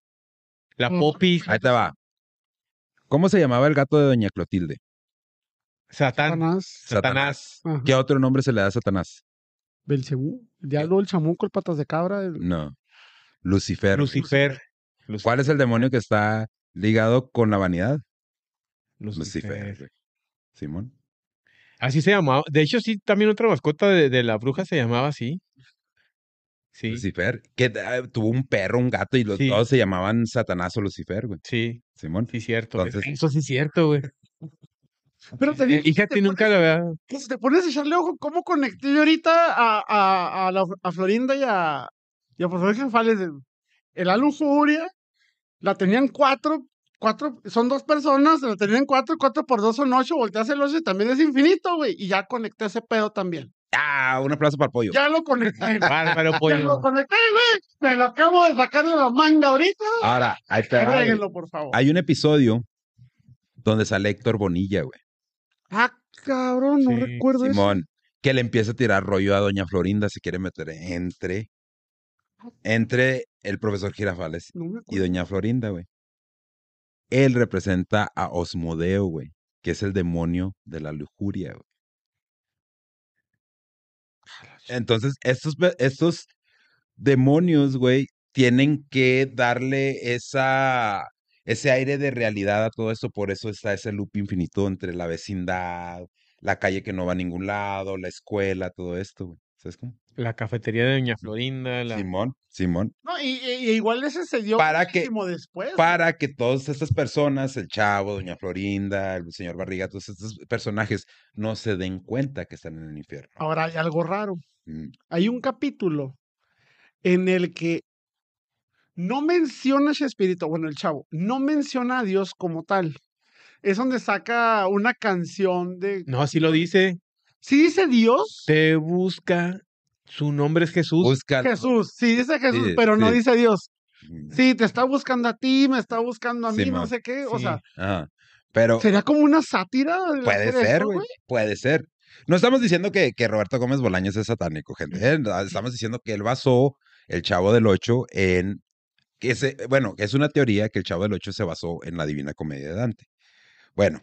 Speaker 3: La
Speaker 2: Como-
Speaker 3: Popis,
Speaker 4: Ahí te va. ¿Cómo se llamaba el gato de Doña Clotilde?
Speaker 3: Satán,
Speaker 2: Satanás.
Speaker 3: Satanás.
Speaker 2: Ajá.
Speaker 4: ¿Qué otro nombre se le da a Satanás?
Speaker 2: Belcebú, el diablo, el chamuco, el patas de cabra. el-
Speaker 4: No. Lucifer. güey.
Speaker 3: Lucifer. Lucifer.
Speaker 4: ¿Cuál es el demonio que está ligado con la vanidad? Lucifer,
Speaker 3: Lucifer.
Speaker 4: güey. Simón.
Speaker 3: Así se llamaba. De hecho, sí, también otra mascota de, de la bruja se llamaba así. Sí,
Speaker 4: Lucifer. Que eh, tuvo un perro, un gato y los
Speaker 3: Sí.
Speaker 4: dos se llamaban Satanás o Lucifer, güey.
Speaker 3: sí,
Speaker 4: Simón.
Speaker 3: sí, cierto. güey.
Speaker 4: Entonces-
Speaker 3: Eso sí es cierto, güey.
Speaker 2: Pero te
Speaker 3: Eh,
Speaker 2: dije,
Speaker 3: Fíjate,
Speaker 2: te
Speaker 3: nunca lo había...
Speaker 2: que si pues, te pones a echarle ojo, ¿cómo conecté yo ahorita a, a, a, la- a Florinda y a, y a Profesor Jefales? El la lujuria, la tenían cuatro, cuatro, son dos personas, la tenían cuatro, cuatro por dos son ocho, volteas el ocho y también es infinito, güey, y ya conecté ese pedo también.
Speaker 4: ¡Ah! Un aplauso para el pollo.
Speaker 2: Ya lo conecté, güey,
Speaker 3: Bárbaro,
Speaker 2: ya
Speaker 3: pollo.
Speaker 2: lo conecté, güey, me lo acabo de sacar de la manga ahorita.
Speaker 4: Ahora, ahí te va, güey.
Speaker 2: Arréglenlo, por favor.
Speaker 4: Hay un episodio donde sale Héctor Bonilla, güey.
Speaker 2: Ah, cabrón, no
Speaker 3: Sí,
Speaker 2: recuerdo eso.
Speaker 4: Simón, que le empieza a tirar rollo a Doña Florinda, se quiere meter entre, entre el profesor Girafales
Speaker 2: No me
Speaker 4: y
Speaker 2: acuerdo.
Speaker 4: Doña Florinda, güey. Él representa a Osmodeo, güey, que es el demonio de la lujuria, güey. Entonces, estos, pe- estos demonios, güey, tienen que darle esa, ese aire de realidad a todo esto. Por eso está ese loop infinito entre la vecindad, la calle que no va a ningún lado, la escuela, todo esto, güey. ¿Sabes cómo?
Speaker 3: La cafetería de Doña Florinda. la-
Speaker 4: Simón, Simón.
Speaker 2: No, y, y- y igual ese se dio
Speaker 4: Para que-
Speaker 2: muchísimo después.
Speaker 4: Para que todas estas personas, el chavo, doña Florinda, el señor Barriga, todos estos personajes no se den cuenta que están en el infierno.
Speaker 2: Ahora hay algo raro.
Speaker 4: Mm,
Speaker 2: Hay un capítulo en el que no menciona a Chespirito, bueno, el chavo, no menciona a Dios como tal. Es donde saca una canción de...
Speaker 3: No, así lo dice.
Speaker 2: ¿Sí dice Dios?
Speaker 3: Te busca. Su nombre es Jesús.
Speaker 4: Busca.
Speaker 2: Jesús, sí dice Jesús,
Speaker 4: Sí,
Speaker 2: pero no
Speaker 4: sí.
Speaker 2: dice Dios.
Speaker 4: Mm,
Speaker 2: Sí, te está buscando a ti, me está buscando a mí, no
Speaker 4: Simón,
Speaker 2: sé qué. O
Speaker 3: sí.
Speaker 2: sea,
Speaker 4: ajá. Pero
Speaker 2: ¿sería como una sátira? de
Speaker 4: Puede
Speaker 2: hacer esto,
Speaker 4: ser, güey. Puede ser. No estamos diciendo que, que Roberto Gómez Bolaños es satánico, gente. ¿eh? No, Estamos diciendo que él basó el Chavo del Ocho en. Que se, bueno, es una teoría que el Chavo del Ocho se basó en la Divina Comedia de Dante. Bueno,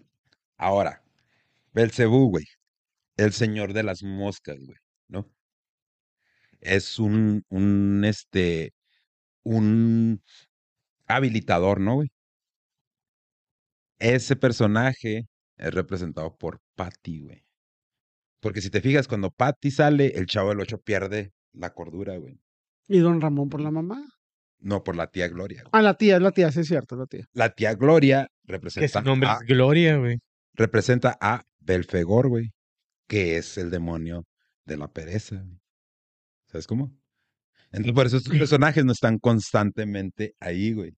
Speaker 4: ahora, Belcebú, güey. El señor de las moscas, güey, ¿no? Es un, un, este, un habilitador, ¿no, güey? Ese personaje es representado por Patty, güey. Porque si te fijas, cuando Patty sale, el chavo del 8 pierde la cordura, güey.
Speaker 2: Y don Ramón por la mamá.
Speaker 4: No, por la tía Gloria. güey.
Speaker 2: Ah, la tía, la tía, sí es cierto, la tía.
Speaker 4: La tía Gloria
Speaker 3: que su
Speaker 4: representa,
Speaker 3: nombre
Speaker 4: a,
Speaker 3: es Gloria, güey.
Speaker 4: representa a Belfegor, güey, que es el demonio de la pereza, güey. ¿Sabes cómo? Entonces, por eso estos personajes no están constantemente ahí, güey.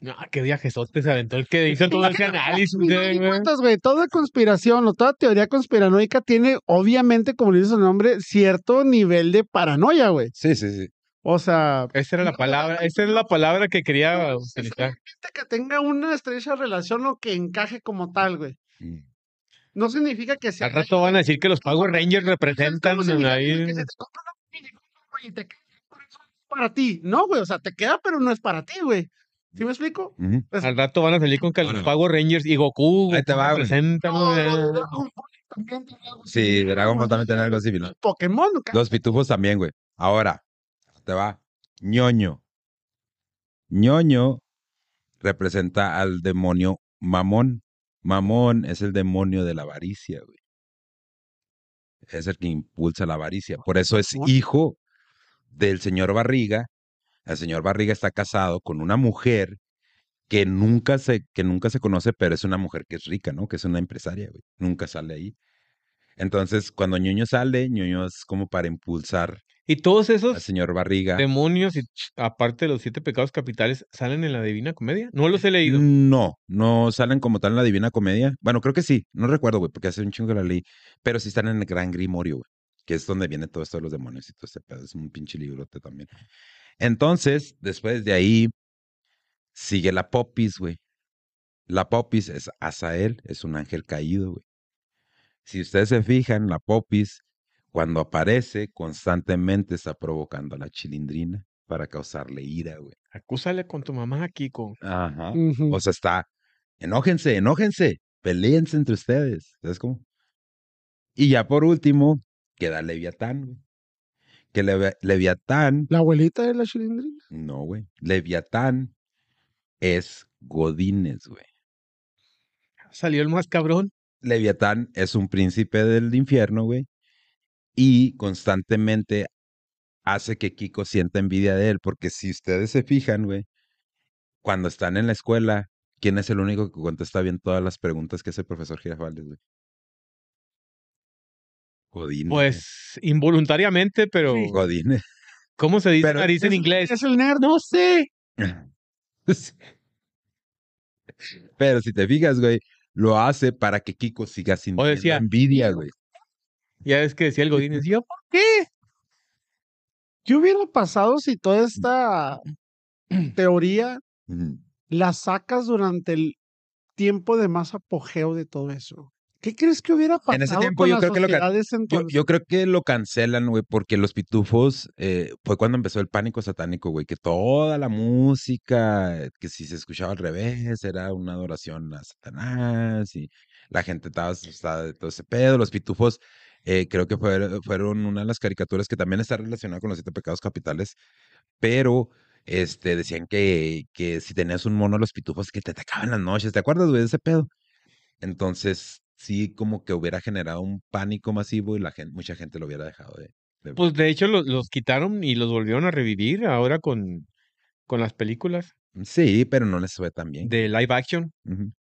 Speaker 3: No, qué viajesote se aventó el que hizo todo ese análisis,
Speaker 2: Al final de
Speaker 3: güey.
Speaker 2: cuentas, güey, toda conspiración o toda teoría conspiranoica tiene, obviamente, como le dice su nombre, cierto nivel de paranoia, güey.
Speaker 4: Sí, sí, sí.
Speaker 2: O sea,
Speaker 3: Esa era la palabra, esa es la palabra que quería utilizar.
Speaker 2: gente que tenga una estrecha relación o que encaje como tal, güey.
Speaker 4: Mm.
Speaker 2: No significa que sea.
Speaker 3: Al rato van a decir que los Power Rangers representan
Speaker 2: No significa
Speaker 3: ahí.
Speaker 2: que se te compra una mini Cooper, güey, y te queda, por eso es para ti. No, güey, o sea, te queda, pero no es para ti, güey. ¿Sí me explico?
Speaker 4: Ujú.
Speaker 3: Al rato van a salir con que los
Speaker 4: Ahora.
Speaker 3: Power Rangers y Goku
Speaker 4: Ahí te va, güey.
Speaker 3: representan.
Speaker 2: No,
Speaker 3: güey.
Speaker 2: no, Dragon Ball también tiene algo
Speaker 4: Sí,
Speaker 2: similar,
Speaker 4: Dragon
Speaker 2: güey.
Speaker 4: Ball también tiene algo similar.
Speaker 2: Pokémon, ca-
Speaker 4: Los pitufos también, güey. Ahora, te va. ñoño. ñoño representa al demonio mamón. Mamón es el demonio de la avaricia, güey. Es el que impulsa la avaricia. Por eso es
Speaker 2: Mamón.
Speaker 4: hijo del señor Barriga. El señor Barriga está casado con una mujer que nunca se, que nunca se conoce, pero es una mujer que es rica, ¿no? Que es una empresaria, güey. Nunca sale ahí. Entonces, cuando Ñoño sale, Ñoño es como para impulsar
Speaker 3: Y todos
Speaker 4: al
Speaker 3: esos
Speaker 4: señor Barriga.
Speaker 3: demonios, y ch- aparte de los siete pecados capitales, salen en la Divina Comedia. No los he leído.
Speaker 4: No, no salen como tal en la Divina Comedia. Bueno, creo que sí, no recuerdo, güey, porque hace un chingo que la leí, pero sí están en el Gran Grimorio, güey, que es donde viene todo esto de los demonios y todo este pedo. Es un pinche librote también. Entonces, después de ahí, sigue la Popis, güey. La Popis es Azael, es un ángel caído, güey. Si ustedes se fijan, la Popis, cuando aparece, constantemente está provocando a la chilindrina para causarle ira, güey.
Speaker 3: Acúsale con tu mamá, Kiko.
Speaker 4: Ajá.
Speaker 2: Ujú.
Speaker 4: O sea, está, enójense, enójense, peleense entre ustedes. ¿Sabes cómo? Y ya por último, queda Leviatán, güey. Que Levia- Leviatán,
Speaker 2: La abuelita de la chilindrina.
Speaker 4: no, güey. Leviatán es Godines, güey.
Speaker 3: Salió el más cabrón.
Speaker 4: Leviatán es un príncipe del infierno, güey. Y constantemente hace que Kiko sienta envidia de él. Porque si ustedes se fijan, güey, cuando están en la escuela, ¿quién es el único que contesta bien todas las preguntas que hace el profesor Girafales, güey? Godín.
Speaker 3: Pues involuntariamente, pero
Speaker 4: Godín.
Speaker 3: ¿cómo se dice
Speaker 4: Pero-
Speaker 3: nariz en
Speaker 2: Es-
Speaker 3: inglés?
Speaker 2: Es el nerd. No sé.
Speaker 4: Sí. Pero si te fijas, güey, lo hace para que Kiko siga sintiendo
Speaker 3: decía,
Speaker 4: envidia, güey.
Speaker 3: Ya es que decía el Godín, yo por
Speaker 2: ¿Qué? ¿Qué hubiera pasado si toda esta teoría
Speaker 4: Ujú.
Speaker 2: la sacas durante el tiempo de más apogeo de todo eso? ¿Qué crees que hubiera pasado
Speaker 4: En ese tiempo
Speaker 2: con
Speaker 4: yo
Speaker 2: las
Speaker 4: creo que lo que-
Speaker 2: sociedades
Speaker 4: Yo,
Speaker 2: entonces?
Speaker 4: yo creo que lo cancelan, güey, porque los pitufos eh, fue cuando empezó el pánico satánico, güey, que toda la música, eh, que si se escuchaba al revés, era una adoración a Satanás y la gente estaba asustada de todo ese pedo. Los pitufos eh, creo que fue- fueron una de las caricaturas que también está relacionada con los siete pecados capitales, pero este, decían que, que si tenías un mono, los pitufos que te atacaban en las noches, ¿te acuerdas, güey, de ese pedo? Entonces, sí, como que hubiera generado un pánico masivo y la gente, mucha gente lo hubiera dejado de. de ver.
Speaker 3: Pues de hecho lo- los quitaron y los volvieron a revivir ahora con, con las películas
Speaker 4: mm, sí, pero no les fue tan bien.
Speaker 3: de live action.
Speaker 4: Ujú.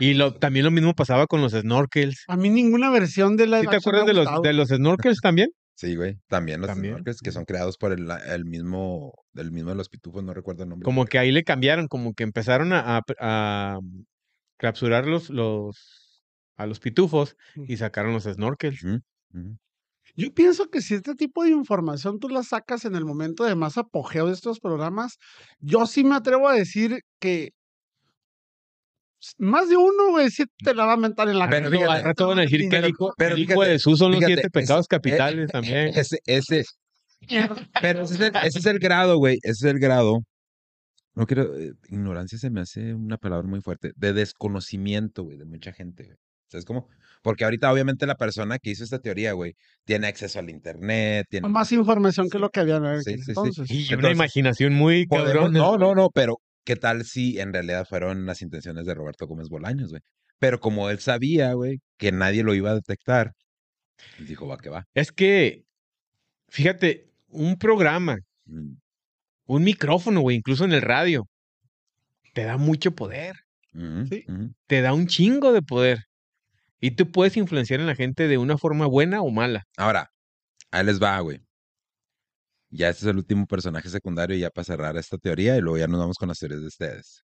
Speaker 3: Y lo, también lo mismo pasaba con los snorkels.
Speaker 2: A mí ninguna versión de la.
Speaker 3: ¿Sí te acuerdas de los, de los snorkels también?
Speaker 4: Sí, güey. También los
Speaker 3: También.
Speaker 4: snorkels que son creados por el, el mismo, del mismo de los pitufos, no recuerdo el nombre.
Speaker 3: Como que ahí le cambiaron, como que empezaron a, a, a mm, capturar los, los, a los pitufos y sacaron los snorkels.
Speaker 4: Ujú, ujú.
Speaker 2: Yo pienso que si este tipo de información tú la sacas en el momento de más apogeo de estos programas, yo sí me atrevo a decir que s- más de uno, güey, sí te la va a mentar en la
Speaker 4: Pero
Speaker 3: Al
Speaker 2: cara.
Speaker 3: rato- al
Speaker 4: fíjate,
Speaker 3: rato van a decir que el
Speaker 4: pero-
Speaker 3: hijo,
Speaker 4: pero
Speaker 3: el hijo
Speaker 4: fíjate,
Speaker 3: de Jesús son los
Speaker 4: fíjate,
Speaker 3: siete
Speaker 4: es-
Speaker 3: pecados
Speaker 4: eh,
Speaker 3: capitales también.
Speaker 4: Ese, ese. Pero ese es el, ese es el grado, güey. Ese es el grado. No quiero. eh, ignorancia se me hace una palabra muy fuerte. De desconocimiento, güey, de mucha gente, güey. ¿Sabes cómo? Porque ahorita, obviamente, la persona que hizo esta teoría, güey, tiene acceso al internet, tiene.
Speaker 2: Más información que
Speaker 4: Sí.
Speaker 2: lo que había en aquel
Speaker 4: Sí, sí, sí.
Speaker 2: entonces.
Speaker 3: Y una
Speaker 4: Entonces,
Speaker 3: imaginación muy
Speaker 4: Podemos-
Speaker 3: cabrona.
Speaker 4: no, no, no, pero ¿qué tal si en realidad fueron las intenciones de Roberto Gómez Bolaños, güey? Pero como él sabía, güey, que nadie lo iba a detectar, dijo, va que va.
Speaker 3: Es que, fíjate, un programa,
Speaker 4: Mm,
Speaker 3: un micrófono, güey, incluso en el radio, te da mucho poder,
Speaker 4: ujú,
Speaker 2: Sí.
Speaker 4: ujú.
Speaker 3: te da un chingo de poder. Y tú puedes influenciar en la gente de una forma buena o mala.
Speaker 4: Ahora, ahí les va, güey. Ya este es el último personaje secundario, ya para cerrar esta teoría, y luego ya nos vamos con las teorías de ustedes.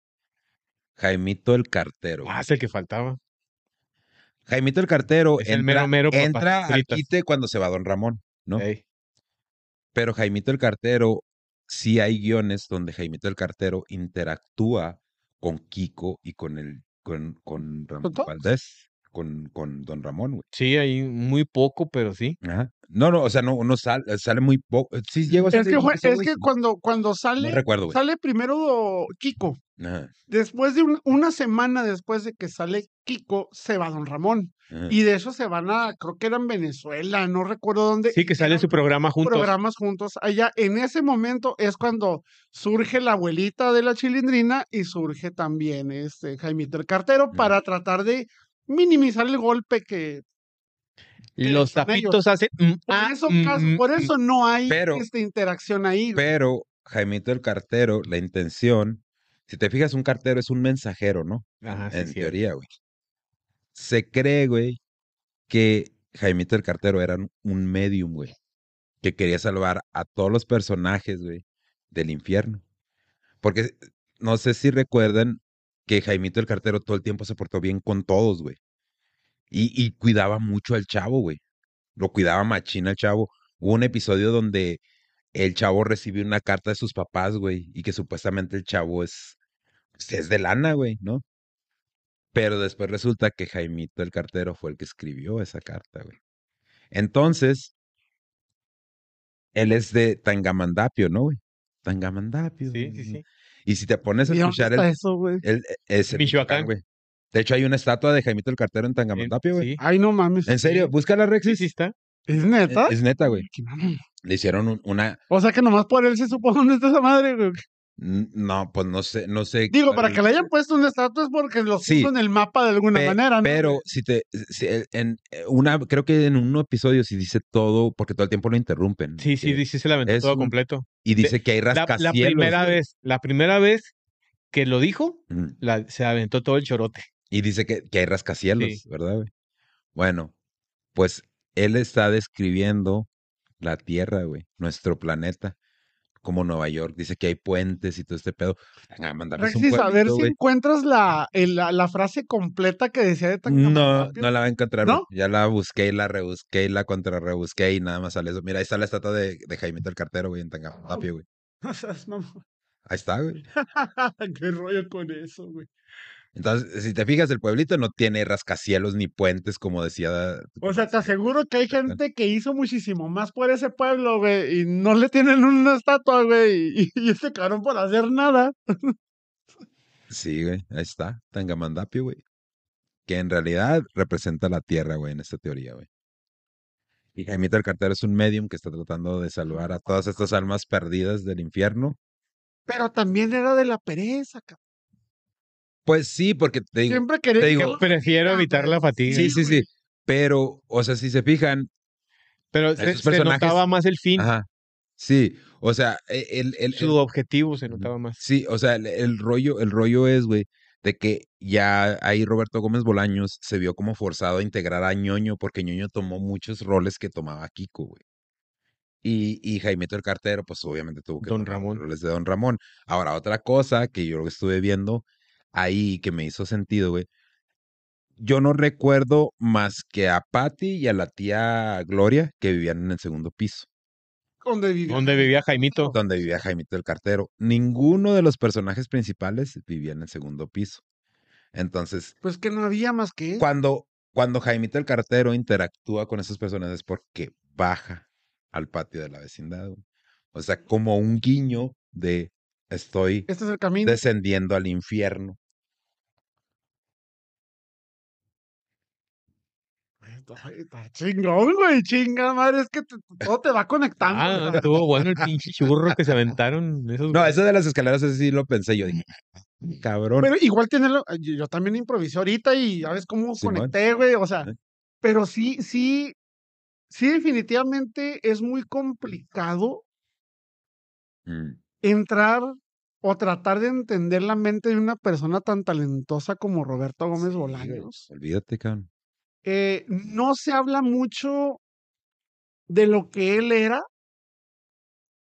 Speaker 4: Jaimito el cartero. güey.
Speaker 3: Ah, es el que faltaba.
Speaker 4: Jaimito el cartero
Speaker 3: Es el
Speaker 4: entra,
Speaker 3: mero, mero papas
Speaker 4: entra al
Speaker 3: fritas.
Speaker 4: quite cuando se va Don Ramón, ¿no?
Speaker 3: Ey.
Speaker 4: Pero Jaimito el Cartero, sí hay guiones donde Jaimito el Cartero interactúa con Kiko y con el con, con Ramón
Speaker 2: todos?
Speaker 4: Valdés, con, con Don Ramón, güey.
Speaker 3: Sí, hay muy poco, pero sí.
Speaker 4: Ajá. No, no, o sea, no, no sale, sale muy poco. Sí, llegó a
Speaker 2: Es
Speaker 4: salir
Speaker 2: que,
Speaker 4: un
Speaker 2: fue- es
Speaker 4: episodio,
Speaker 2: que cuando, cuando
Speaker 4: No
Speaker 2: sale,
Speaker 4: recuerdo, güey.
Speaker 2: sale primero Kiko.
Speaker 4: Ajá,
Speaker 2: Después de un- una semana después de que sale Kiko, se va Don Ramón.
Speaker 4: ajá.
Speaker 2: Y de eso se van a, creo que eran Venezuela, no recuerdo dónde.
Speaker 3: Sí, que sale
Speaker 2: Eran-
Speaker 3: su programa juntos.
Speaker 2: programas juntos allá. En ese momento es cuando surge la abuelita de la chilindrina y surge también este Jaimito el cartero
Speaker 4: Mm.
Speaker 2: para tratar de minimizar el golpe que son
Speaker 3: Los
Speaker 2: ellos.
Speaker 3: tapitos hacen. mm,
Speaker 2: por,
Speaker 3: ah,
Speaker 2: eso,
Speaker 3: mm,
Speaker 2: cas-
Speaker 3: mm,
Speaker 2: por
Speaker 3: mm.
Speaker 2: eso no hay
Speaker 4: pero-
Speaker 2: esta interacción ahí. güey.
Speaker 4: Pero Jaimito el Cartero, la intención, si te fijas, un cartero es un mensajero, ¿no?
Speaker 3: Ajá, Ah, sí,
Speaker 4: en
Speaker 3: cierto.
Speaker 4: teoría, güey. Se cree, güey, que Jaimito el Cartero era un medium, güey, que quería salvar a todos los personajes, güey, del infierno. Porque no sé si recuerdan que Jaimito el Cartero todo el tiempo se portó bien con todos, güey. Y, y cuidaba mucho al chavo, güey. Lo cuidaba machín al chavo. Hubo un episodio donde el chavo recibió una carta de sus papás, güey, y que supuestamente el chavo es, pues, es de lana, güey, ¿no? Pero después resulta que Jaimito el cartero fue el que escribió esa carta, güey. Entonces, él es de Tangamandapio, ¿no, güey? Tangamandapio. mm,
Speaker 3: Sí, sí, sí.
Speaker 4: Y si te pones a
Speaker 2: ¿Y dónde
Speaker 4: escuchar el,
Speaker 2: está eso, güey?
Speaker 4: el- es
Speaker 3: Michoacán.
Speaker 4: en Michoacán, güey. De hecho, hay una estatua de Jaimito el cartero en Tangamandapio, güey.
Speaker 3: Sí.
Speaker 2: Ay, no mames.
Speaker 4: En serio, búscala,
Speaker 3: Sí,
Speaker 4: Rexis.
Speaker 3: sí está.
Speaker 2: ¿Es neta?
Speaker 4: Es neta, güey.
Speaker 2: Qué mamón.
Speaker 4: Le hicieron un- una...
Speaker 2: O sea que nomás por él se supo dónde está esa madre, güey.
Speaker 4: n- No, pues no sé, no sé.
Speaker 2: Digo,
Speaker 4: cuál
Speaker 2: para
Speaker 4: es-
Speaker 2: que le hayan puesto un estatua es porque lo
Speaker 4: Sí.
Speaker 2: puso en el mapa de alguna
Speaker 4: Pe-
Speaker 2: manera, ¿no?
Speaker 4: Pero si te, si el- en eh, una, creo que en un episodio si dice todo, porque todo el tiempo lo interrumpen.
Speaker 3: Sí, sí,
Speaker 4: eh,
Speaker 3: dice, se la aventó
Speaker 4: es
Speaker 3: todo
Speaker 4: un-
Speaker 3: completo.
Speaker 4: Y dice que hay
Speaker 3: La, la
Speaker 4: rascacielos.
Speaker 3: primera
Speaker 4: güey.
Speaker 3: vez, la primera vez que lo dijo,
Speaker 4: Mm,
Speaker 3: la, se aventó todo el chorote.
Speaker 4: Y dice que, que hay rascacielos, ¿verdad, güey? Bueno, pues él está describiendo la Tierra, güey, nuestro planeta, como Nueva York. Dice que hay puentes y todo este pedo. Venga, mándame un
Speaker 2: Rexis, a ver
Speaker 4: pueblito,
Speaker 2: si
Speaker 4: güey.
Speaker 2: encuentras la, el- la, la frase completa que decía de
Speaker 4: No,
Speaker 2: Tangamandapio.
Speaker 4: no la va a encontrar. güey.
Speaker 2: ¿No?
Speaker 4: Ya la busqué y la rebusqué y la contrarrebusqué y nada más sale eso. Mira, ahí está la estatua de, de Jaimito el Cartero, güey, en Tangamandapio, güey.
Speaker 2: O sea, es mamón.
Speaker 4: Ahí está, güey.
Speaker 2: Qué rollo con eso, güey.
Speaker 4: Entonces, si te fijas, el pueblito no tiene rascacielos ni puentes, como decía.
Speaker 2: O sea, te aseguro que hay
Speaker 4: Exacto.
Speaker 2: gente que hizo muchísimo más por ese pueblo, güey, y no le tienen una estatua, güey, y, y este cabrón por hacer nada.
Speaker 4: Sí, güey, ahí está, Tangamandapio, güey. Que en realidad representa la tierra, güey, en esta teoría, güey. Y Jaimito el Cartero es un medium que está tratando de salvar a todas estas almas perdidas del infierno.
Speaker 2: Pero también era de la pereza, cabrón.
Speaker 4: Pues sí, porque te digo,
Speaker 2: Siempre quería.
Speaker 4: te digo,
Speaker 2: Yo-
Speaker 3: Prefiero evitar la fatiga.
Speaker 4: sí, sí, sí. Pero, o sea, si se fijan,
Speaker 3: Pero
Speaker 4: Esos
Speaker 3: se, se
Speaker 4: personajes-
Speaker 3: notaba más el fin,
Speaker 4: Ajá. Sí, o sea, e- el, el,
Speaker 3: su
Speaker 4: el-
Speaker 3: objetivo se notaba más.
Speaker 4: sí, o sea, el, el rollo, el rollo es, güey, de que ya ahí Roberto Gómez Bolaños se vio como forzado a integrar a Ñoño porque Ñoño tomó muchos roles que tomaba Kiko, güey. Y, y Jaimito el Cartero, pues obviamente tuvo que
Speaker 3: Don
Speaker 4: tomar
Speaker 3: Ramón.
Speaker 4: roles de Don Ramón. Ahora, otra cosa que yo estuve viendo ahí que me hizo sentido, güey. Yo no recuerdo más que a Patty y a la tía Gloria que vivían en el segundo piso
Speaker 5: é
Speaker 2: ¿Dónde vivía?
Speaker 3: Donde vivía Jaimito.
Speaker 4: donde vivía Jaimito el Cartero. Ninguno de los personajes principales vivía en el segundo piso. Entonces,
Speaker 2: Pues que no había más que. eso.
Speaker 4: cuando, cuando Jaimito el Cartero interactúa con esos personajes es porque baja al patio de la vecindad. güey. O sea, como un guiño de estoy
Speaker 2: Este es el camino.
Speaker 4: descendiendo al infierno.
Speaker 2: Ay, está chingón, güey, chinga madre, es que te- todo te va conectando.
Speaker 3: Ah,
Speaker 2: cabrón.
Speaker 3: estuvo bueno el pinche churro que se aventaron. Esos
Speaker 4: No, eso de las escaleras, eso sí lo pensé. Yo dije, "Ah, cabrón.
Speaker 2: Pero igual tiene lo- yo, yo también improvisé ahorita y ya ves cómo
Speaker 4: Simón.
Speaker 2: conecté, güey. O sea,
Speaker 4: Ajá.
Speaker 2: pero sí, sí, sí, definitivamente es muy complicado Pues
Speaker 4: Mm,
Speaker 2: entrar o tratar de entender la mente de una persona tan talentosa como Roberto Gómez
Speaker 4: sí, güey,
Speaker 2: Bolaños.
Speaker 4: Olvídate, cabrón.
Speaker 2: Eh, no se habla mucho de lo que él era.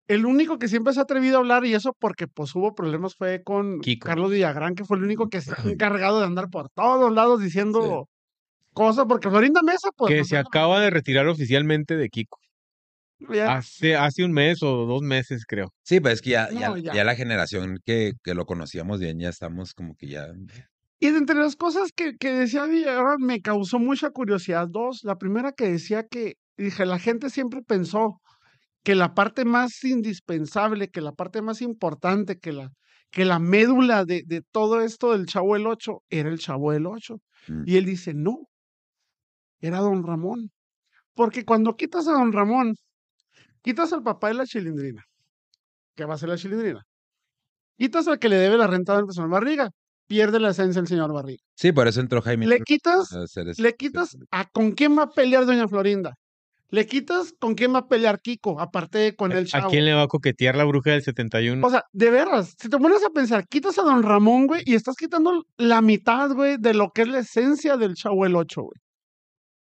Speaker 2: El único que siempre se ha atrevido a hablar, y eso porque pues hubo problemas, fue con
Speaker 3: Kiko.
Speaker 2: Carlos Villagrán, que fue el único que se ha encargado de andar por todos lados diciendo cosas, porque Florinda Mesa, pues...
Speaker 3: que
Speaker 2: pues,
Speaker 3: se
Speaker 2: es la-
Speaker 3: acaba de retirar oficialmente de Kiko.
Speaker 2: ya-
Speaker 3: Hace, hace un mes o dos meses, creo.
Speaker 4: Sí, pues es que ya, ya,
Speaker 2: No, ya.
Speaker 4: ya la generación que, que lo conocíamos bien, ya estamos como que ya
Speaker 2: Y de entre las cosas que, que decía Villagrán me causó mucha curiosidad dos. La primera que decía que, dije, la gente siempre pensó que la parte más indispensable, que la parte más importante, que la, que la médula de, de todo esto del Chavo el 8 era el Chavo el 8.
Speaker 4: Mm.
Speaker 2: Y él dice, no, era Don Ramón. Porque cuando quitas a Don Ramón, quitas al papá de la chilindrina, que va a ser la chilindrina, quitas al que le debe la renta del señor Barriga, pierde la esencia el señor Barriga.
Speaker 4: Sí, por eso entró Jaime.
Speaker 2: Le
Speaker 4: Torres
Speaker 2: quitas,
Speaker 4: a hacer ese-
Speaker 2: le quitas a con quién va a pelear Doña Florinda. Le quitas con quién va a pelear Kiko, aparte de con
Speaker 3: ¿A-
Speaker 2: el chavo.
Speaker 3: ¿A quién le va a coquetear la bruja del 71?
Speaker 2: O sea, de veras, si te pones a pensar, quitas a Don Ramón, güey, y estás quitando la mitad, güey, de lo que es la esencia del Chavo el 8, güey.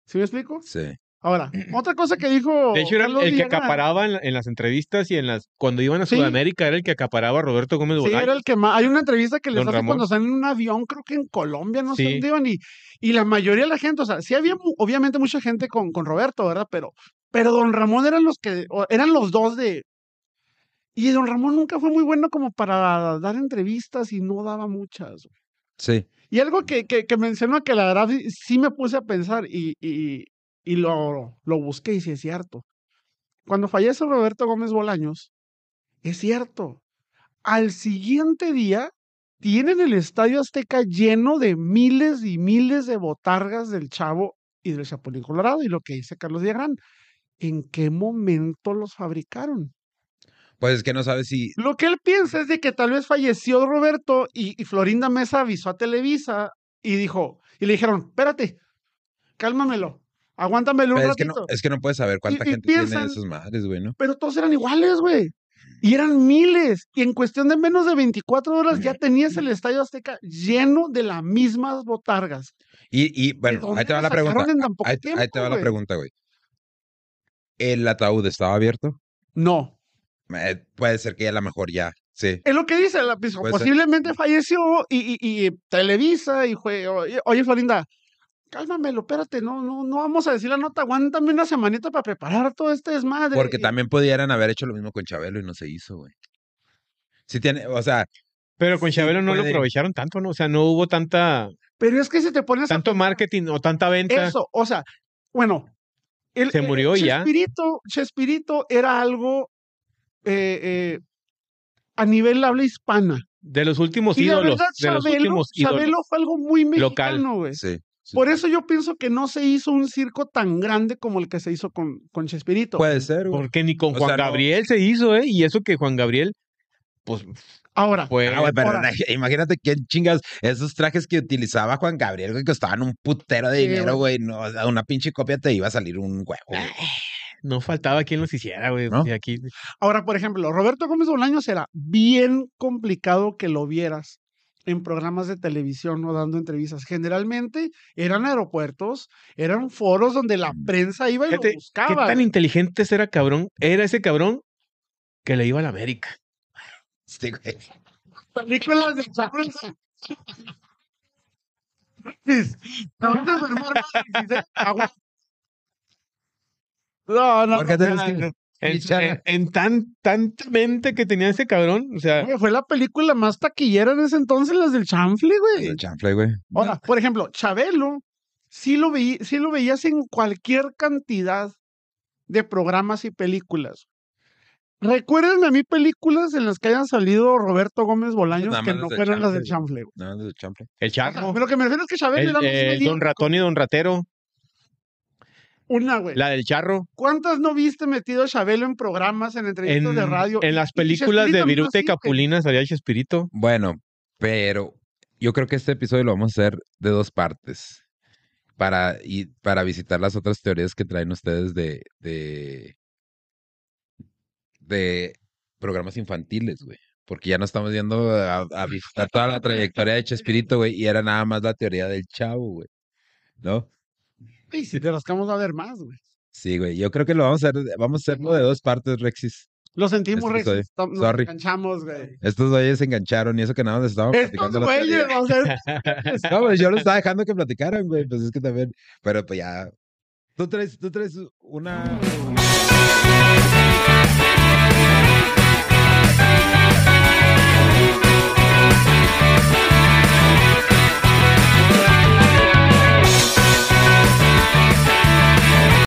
Speaker 2: ¿Sí me explico?
Speaker 4: Sí.
Speaker 2: Ahora, otra cosa que dijo.
Speaker 3: De hecho, era el
Speaker 2: Carlos
Speaker 3: que
Speaker 2: Villena,
Speaker 3: acaparaba en, la- en las entrevistas y en las cuando iban a
Speaker 2: Sí.
Speaker 3: Sudamérica era el que acaparaba a Roberto Gómez
Speaker 2: Sí,
Speaker 3: Bolaños.
Speaker 2: era el que más. Hay una entrevista que les
Speaker 3: Don
Speaker 2: hace
Speaker 3: Ramón.
Speaker 2: cuando están en un avión, creo que en Colombia, no sé
Speaker 3: Sí.
Speaker 2: dónde iban, y, y la mayoría de la gente, o sea, sí había mu- obviamente mucha gente con, con Roberto, ¿verdad? Pero, pero Don Ramón eran los que, o eran los dos de. Y Don Ramón nunca fue muy bueno como para dar entrevistas y no daba muchas.
Speaker 4: Sí.
Speaker 2: Y algo que, que, que mencionó que la verdad sí- sí me puse a pensar y, y, y lo, lo busqué y sí es cierto. Cuando fallece Roberto Gómez Bolaños, es cierto. Al siguiente día tienen el Estadio Azteca lleno de miles y miles de botargas del Chavo y del Chapulín Colorado y lo que dice Carlos Diagrán. ¿En qué momento los fabricaron?
Speaker 4: Pues es que no sabes si.
Speaker 2: Lo que él piensa es de que tal vez falleció Roberto y, y Florinda Mesa avisó a Televisa y dijo, y le dijeron, espérate, cálmamelo, aguántamelo un
Speaker 4: pero es, que
Speaker 2: ratito.
Speaker 4: no, eh es que no puedes saber cuánta
Speaker 2: y
Speaker 4: gente
Speaker 2: piensan-
Speaker 4: tiene esas madres, güey, ¿no?
Speaker 2: Pero todos eran iguales, güey. Y eran miles. Y en cuestión de menos de 24 horas ya tenías el Estadio Azteca lleno de las mismas botargas.
Speaker 4: Y, y
Speaker 2: ¿De
Speaker 4: bueno,
Speaker 2: dónde
Speaker 4: ahí te va
Speaker 2: las
Speaker 4: la pregunta.
Speaker 2: sacaron en tan poco
Speaker 4: Ahí, te- ahí te
Speaker 2: tiempo,
Speaker 4: va la
Speaker 2: güey?
Speaker 4: pregunta, güey. ¿El ataúd estaba abierto?
Speaker 2: No.
Speaker 4: Eh, puede ser que a lo mejor ya. Sí.
Speaker 2: Es lo que dice la pues,
Speaker 4: Puede ser.
Speaker 2: Posiblemente falleció y, y- y Televisa y fue, oye, oye, Florinda, cálmamelo, espérate, no, no, no vamos a decir la nota, aguántame una semanita para preparar todo este desmadre.
Speaker 4: Porque
Speaker 2: Y-
Speaker 4: también pudieran haber hecho lo mismo con Chabelo y no se hizo, güey. Sí tiene, o sea,
Speaker 3: Pero con
Speaker 4: Sí,
Speaker 3: Chabelo no lo
Speaker 4: puede.
Speaker 3: aprovecharon tanto, ¿no? O sea, no hubo tanta
Speaker 2: Pero es que si te pones a
Speaker 3: tanto marketing o tanta venta.
Speaker 2: Eso, o sea, bueno. el-
Speaker 3: Se
Speaker 2: el-
Speaker 3: murió y ya.
Speaker 2: Chespirito, Chespirito era algo eh, eh, a nivel habla hispana.
Speaker 3: De los últimos
Speaker 2: Y la
Speaker 3: ídolos.
Speaker 2: verdad,
Speaker 3: de los
Speaker 2: Chabelo,
Speaker 3: últimos ídolos.
Speaker 2: Chabelo fue algo muy
Speaker 3: Local.
Speaker 2: mexicano, güey.
Speaker 4: sí. sí.
Speaker 2: Por eso yo pienso que no se hizo un circo tan grande como el que se hizo con, con Chespirito.
Speaker 4: Puede ser, güey.
Speaker 3: Porque ni con
Speaker 4: O
Speaker 3: Juan
Speaker 4: sea, no-
Speaker 3: Gabriel se hizo, ¿eh? Y eso que Juan Gabriel, pues
Speaker 2: Ahora,
Speaker 3: fue.
Speaker 4: Ah, güey, pero
Speaker 2: ahora-
Speaker 4: na- imagínate quién chingas esos trajes que utilizaba Juan Gabriel, güey, que costaban un putero de
Speaker 2: Sí,
Speaker 4: dinero, güey. No, o sea, una pinche copia te iba a salir un huevo. güey.
Speaker 3: no faltaba quien los hiciera, güey.
Speaker 4: ¿No?
Speaker 3: Y aquí.
Speaker 2: ahora, por ejemplo, Roberto Gómez Bolaños era bien complicado que lo vieras en programas de televisión o dando entrevistas. Generalmente eran aeropuertos, eran foros donde la prensa iba y
Speaker 3: Mm. Fíjate,
Speaker 2: lo
Speaker 3: ¿Qué
Speaker 2: buscaba.
Speaker 3: tan
Speaker 2: güey.
Speaker 3: inteligente era cabrón? Era ese cabrón que le iba a la América.
Speaker 4: Sí, güey.
Speaker 2: Películas de Charles. No, no, no, no, no, no, no,
Speaker 4: Porque
Speaker 2: no,
Speaker 4: tenés
Speaker 2: no,
Speaker 4: que-
Speaker 3: En,
Speaker 4: Sí, chale.
Speaker 3: en- en tan tanta mente que tenía ese cabrón, o sea,
Speaker 2: Güey, Fue la película más taquillera en ese entonces, las del chanfle, güey.
Speaker 4: El Pues chanfle, güey.
Speaker 2: Ahora, por ejemplo, Chabelo, sí lo, veí- sí lo veías en cualquier cantidad de programas y películas. Recuérdenme a mí películas en las que hayan salido Roberto Gómez Bolaños
Speaker 4: nada
Speaker 2: que
Speaker 4: más
Speaker 2: no
Speaker 4: las del
Speaker 2: fueran las del
Speaker 4: chanfle, güey.
Speaker 2: chanfle. güey.
Speaker 4: No, el chanfle.
Speaker 3: el charro,
Speaker 2: Pero lo que me refiero es que Chabelo
Speaker 3: el,
Speaker 2: era más
Speaker 4: eh,
Speaker 3: el
Speaker 2: mediático.
Speaker 3: don ratón y don ratero,
Speaker 2: Una, güey.
Speaker 3: la del charro,
Speaker 2: ¿Cuántas no viste metido a Chabelo en programas, en entrevistas
Speaker 3: en,
Speaker 2: de radio?
Speaker 3: en
Speaker 2: Y-
Speaker 3: las
Speaker 2: y
Speaker 3: películas de
Speaker 2: Chespirito no
Speaker 3: Viruta y
Speaker 2: así, güey.
Speaker 3: Capulina salía el Chespirito.
Speaker 4: Bueno, pero yo creo que este episodio lo vamos a hacer de dos partes. Para, y para visitar las otras teorías que traen ustedes de. de. de programas infantiles, güey. Porque ya no estamos viendo a, a visitar toda la trayectoria de Chespirito, güey. Y era nada más la teoría del chavo, güey. ¿No?
Speaker 2: Y si te rascamos va a ver más, güey.
Speaker 4: Sí, güey. Yo creo que lo vamos a hacer, vamos a hacerlo de dos partes, Rexis.
Speaker 2: Lo sentimos,
Speaker 4: Este
Speaker 2: Rex.
Speaker 4: episodio.
Speaker 2: estamos- Nos
Speaker 4: Sorry.
Speaker 2: enganchamos, güey.
Speaker 4: Estos güeyes se engancharon y eso que nada más estábamos
Speaker 2: Estos
Speaker 4: platicando. la teoría.
Speaker 2: güeyes, o sea,
Speaker 4: No, pues yo lo estaba dejando que platicaran, güey. Pues es que también. Pero pues ya. Tú traes, tú traes una.